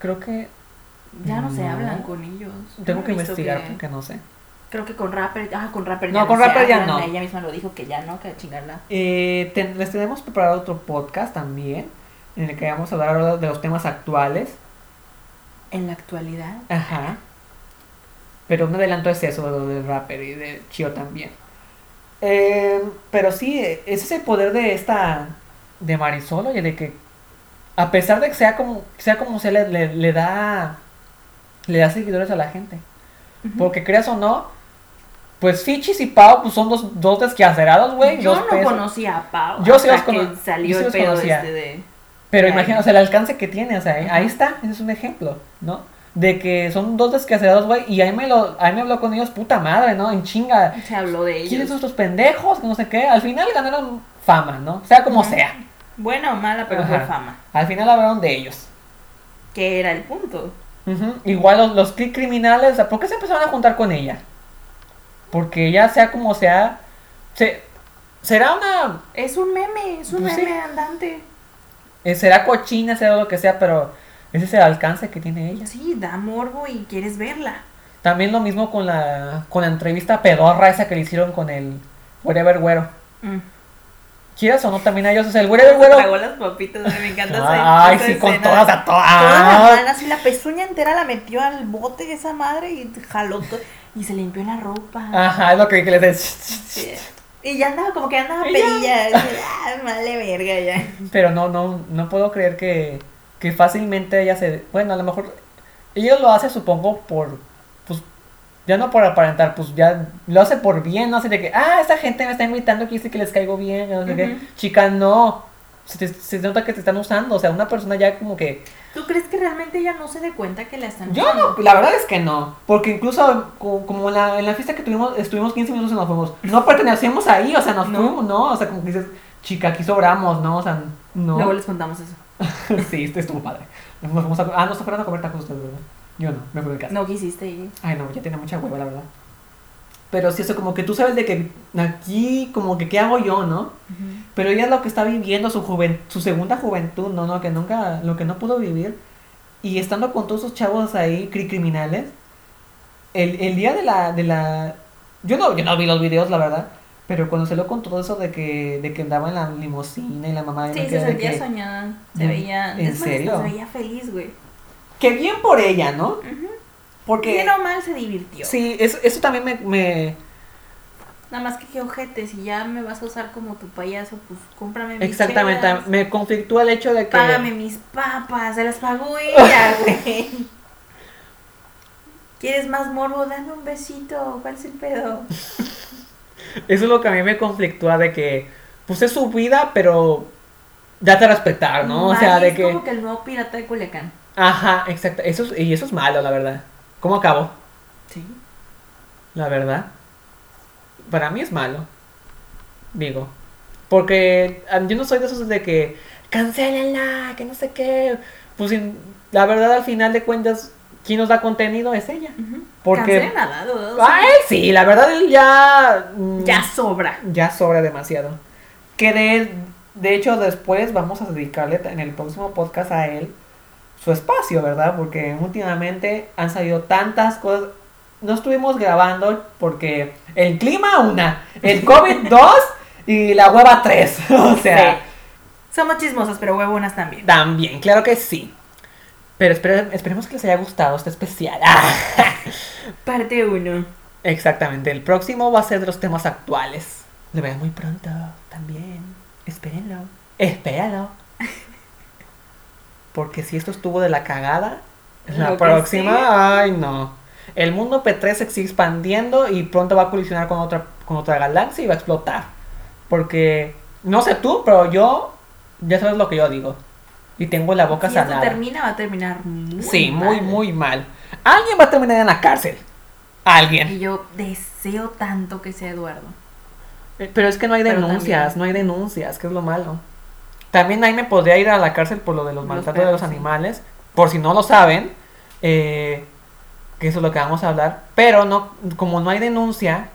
S1: creo que
S2: Ya no, se
S1: No.
S2: hablan con ellos. Yo
S1: tengo
S2: he
S1: que
S2: visto
S1: investigar
S2: que-
S1: porque no sé.
S2: Creo que con Rapper. Ah, con Rapper
S1: No, con
S2: se
S1: Rapper ya
S2: hablan,
S1: no.
S2: Ella misma lo dijo que ya no, que a chingarla.
S1: Eh, ten- les tenemos preparado otro podcast también en el que vamos a hablar ahora de los temas actuales.
S2: En la actualidad.
S1: Ajá. Pero un adelanto es eso, lo del rapper y de Chio también. Eh, pero sí, eh, ese es el poder de esta. de Marisol, oye, de que. A pesar de que sea como sea, como sea le, le- le da. le da seguidores a la gente.
S2: Ujú.
S1: Porque creas o no, pues Fichis y Pau pues, son dos, dos desquacerados, güey.
S2: Yo
S1: dos
S2: no
S1: pesos.
S2: conocía a Pau.
S1: Yo sí
S2: hasta
S1: los cono-
S2: que Salió
S1: yo sí
S2: el
S1: los
S2: pedo
S1: conocía.
S2: este de.
S1: Pero
S2: Ay.
S1: imagínate, o sea, el alcance que tiene, o sea, ahí- ahí
S2: Ajá.
S1: está, ese es un ejemplo, ¿no? De que son dos desquacerados, güey, y ahí me, lo, ahí me habló con ellos, puta madre, ¿no? En chinga.
S2: Se habló de
S1: ¿Quiénes
S2: ellos.
S1: son estos pendejos? Que no sé qué. Al final ganaron fama, ¿no? Sea como sea.
S2: Buena o mala, pero
S1: Ajá.
S2: fue fama.
S1: Al final hablaron de ellos.
S2: Que era el punto.
S1: Ujú. Igual los, los cri- criminales, o sea, ¿por qué se empezaron a juntar con ella? Porque ella, sea como sea, se- será una
S2: Es un meme, es un
S1: Pues sí.
S2: meme andante.
S1: Eh, será cochina, será lo que sea, pero ese es el alcance que tiene ella.
S2: Sí, da morbo y quieres verla.
S1: También lo mismo con la, con la entrevista pedorra esa que le hicieron con el Wherever Güero.
S2: Mm.
S1: Quieras o no, también a ellos, o sea, el
S2: Se
S1: Wherever Güero.
S2: tragó las papitas, me encanta esa-
S1: Ay,
S2: esa
S1: sí, con
S2: escena.
S1: todas, Ah. a
S2: Toda la
S1: todas.
S2: mano, así la pezuña entera la metió al bote de esa madre y jaló todo. Y se limpió la ropa.
S1: Ajá, es lo que dije, les decía.
S2: Sí. Y ya andaba como que andaba
S1: Y ya.
S2: pedilla. así, Ah, vale verga ya.
S1: Pero no, no, no puedo creer que, que fácilmente ella se. Bueno, a lo mejor. Ella lo hace, supongo, por. Pues. Ya no por aparentar, pues ya lo hace por bien, no hace de que. Ah, esta gente me está invitando que dice que les caigo bien, que no sé qué.
S2: Ujú.
S1: Chica, no. Se, te- se nota que te están usando. O sea, una persona ya como que.
S2: ¿Tú crees que realmente ella no se dé cuenta que la están
S1: Yo no, pues, la verdad es que no. Porque incluso co- como en la, en la fiesta que tuvimos, estuvimos 15 minutos y nos fuimos. No pertenecíamos ahí, o sea, nos
S2: No.
S1: fuimos, ¿no? O sea, como que dices, chica, aquí sobramos, ¿no? O sea, no.
S2: Luego les contamos eso.
S1: [LAUGHS] Sí, este estuvo padre. Nos fuimos a, ah, nos fueron a comer tacos ustedes, ¿verdad? Yo no, me fui de casa.
S2: No quisiste ir.
S1: Ay, no, ya tenía mucha hueva, la verdad. Pero sí, eso como que tú sabes de que aquí, como que qué hago yo, ¿no? Pero ella es lo que está viviendo, su juven, su segunda juventud, ¿no? Lo que nunca, lo que no pudo vivir. Y estando con todos esos chavos ahí, cri- criminales, el, el día de la, de la... Yo no, yo no vi los videos, la verdad. Pero cuando se lo con todo eso de que, de que andaba en la limusina y la mamá... y no
S2: Sí,
S1: sé
S2: se
S1: de
S2: sentía
S1: que-
S2: soñada.
S1: Mm,
S2: Se veía.
S1: ¿en
S2: es más, hasta
S1: serio?
S2: Se veía feliz, güey.
S1: Que bien por ella, ¿no? Porque...
S2: Bien o mal se divirtió.
S1: Sí, eso, eso también me, me-
S2: Nada más que qué ojete. Si ya me vas a usar como tu payaso, pues cómprame mis
S1: Exactamente,
S2: chelas,
S1: me conflictúa el hecho de que...
S2: Págame mis papas. Se las pagó
S1: [LAUGHS]
S2: ella, güey. ¿Quieres más morbo? Dame un besito. ¿Cuál es el pedo?
S1: Eso es lo que a mí me conflictúa de que, pues es su vida, pero date a respetar, Ah, ¿no? o sea,
S2: Mari
S1: de
S2: es
S1: que...
S2: como que el nuevo pirata de Culiacán.
S1: Ajá, exacto. Eso es- y eso es malo, la verdad. ¿Cómo acabó?
S2: Sí.
S1: La verdad. Para mí es malo. Digo. Porque ah, yo no soy de esos de que cancelenla, que no sé qué. Pues sin- la verdad, al final de cuentas, quien nos da contenido es ella. Porque-
S2: Cancelen a Dado, o sea,
S1: Ah, él sí, la verdad, él ya. mm,
S2: ya sobra.
S1: Ya sobra demasiado. Que de, de hecho, después vamos a dedicarle en el próximo podcast a él su espacio, ¿verdad? Porque últimamente han salido tantas cosas. No estuvimos grabando porque el clima, una, el COVID, dos y la hueva, tres. [LAUGHS] O sea,
S2: Somos chismosas, pero huevonas también.
S1: también, claro que sí. Pero espere- esperemos que les haya gustado este especial. [LAUGHS]
S2: Parte 1.
S1: Exactamente, el próximo va a ser de los temas actuales. Lo vean muy pronto también. Espérenlo.
S2: [LAUGHS]
S1: Espéralo. Porque si esto estuvo de la cagada, la
S2: Lo que
S1: próxima,
S2: sigue.
S1: ay no. El mundo P3 se sigue expandiendo y pronto va a colisionar con otra, con otra galaxia y va a explotar. Porque, no sé tú, pero yo, ya sabes lo que yo digo. Y tengo la boca
S2: Si esto
S1: salada.
S2: termina, va a terminar muy
S1: sí, muy,
S2: mal.
S1: muy mal. Alguien va a terminar en la cárcel. Alguien.
S2: Y yo deseo tanto que sea Eduardo.
S1: Eh, Pero es que no hay
S2: Pero
S1: denuncias,
S2: también-
S1: no hay denuncias, que es lo malo. También ahí me podría ir a la cárcel por lo de los
S2: Los
S1: maltratos de los
S2: perros, sí.
S1: animales, por si no lo saben, eh, que eso es lo que vamos a hablar. Pero no, como no hay denuncia,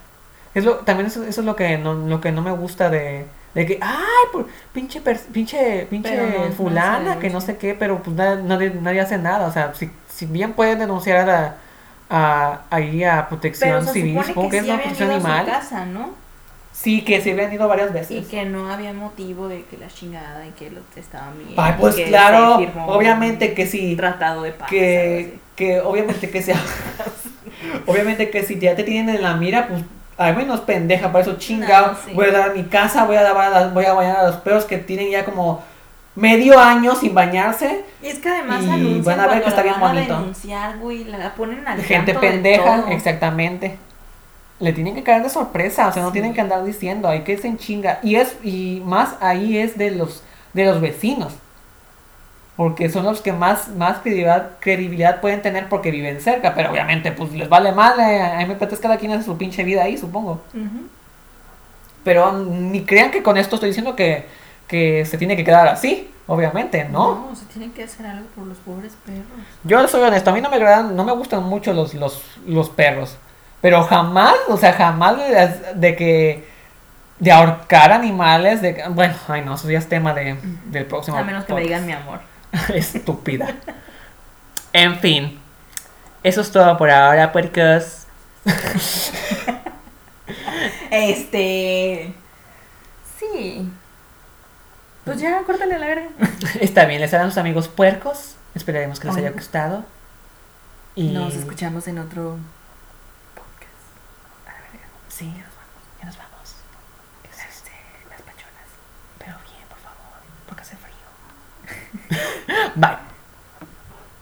S1: es lo, también eso, eso es lo que no, lo que no me gusta de, de que, ay, por- pinche, pers- pinche, pinche
S2: Pero no, no se
S1: fulana, que no
S2: denuncia.
S1: sé qué, pero pues na- nadie, nadie hace nada. O sea, si, si bien pueden denunciar a, la- a, ahí a protección
S2: Pero se
S1: civil,
S2: supone
S1: supongo
S2: que
S1: que es
S2: sí
S1: la
S2: habían
S1: protección
S2: ido a su
S1: animal.
S2: casa, ¿no?
S1: Sí, que se habían ido varias
S2: Y
S1: veces.
S2: que no había motivo de que la chingada y que lo estaban bien.
S1: Ay, pues
S2: y que
S1: claro,
S2: se firmó
S1: obviamente que
S2: un
S1: sí.
S2: Tratado de paz. algo
S1: Que,
S2: así.
S1: que obviamente que sea. [LAUGHS] obviamente que si ya te tienen en la mira, pues al menos pendeja, para eso chingado.
S2: No, sí.
S1: Voy a dar a mi casa, voy a dar a las- voy a bañar a los perros que tienen ya como medio año sin bañarse.
S2: Y es que además
S1: y
S2: anuncian
S1: van a ver
S2: cuando
S1: que está
S2: la
S1: bien
S2: van a
S1: bonito.
S2: denunciar, güey, la ponen al
S1: gente
S2: tanto de
S1: pendeja,
S2: todo.
S1: exactamente. Le tienen que caer de sorpresa, o sea, no
S2: Sí.
S1: tienen que andar diciendo, hay que se enchinga. Y es, y más ahí es de los de los vecinos. Porque son los que más, más credibilidad, credibilidad pueden tener porque viven cerca, pero obviamente pues les vale madre, a MP3 cada quien hace su pinche vida ahí, supongo.
S2: Ujú.
S1: Pero mm, ni crean que con esto estoy diciendo que, que se tiene que quedar así, obviamente, ¿no?
S2: No, se tiene que hacer algo por los pobres perros.
S1: Yo soy honesto, a mí no me agradan, no me gustan mucho los, los, los perros. Pero jamás, o sea, jamás de, las- de que. de ahorcar animales, de. que- Bueno, ay no, eso ya es tema de, del próximo.
S2: a menos que me digan
S1: podcast.
S2: mi amor.
S1: [LAUGHS] Estúpida. En fin. Eso es todo por ahora, puercos. [LAUGHS]
S2: Este. Sí. Pues ya, córtale la verga.
S1: Está bien, les harán sus amigos puercos. Esperaremos que les
S2: Oye.
S1: haya gustado. Y.
S2: Nos escuchamos en otro podcast.
S1: Sí, ya nos vamos, ya nos vamos.
S2: Este,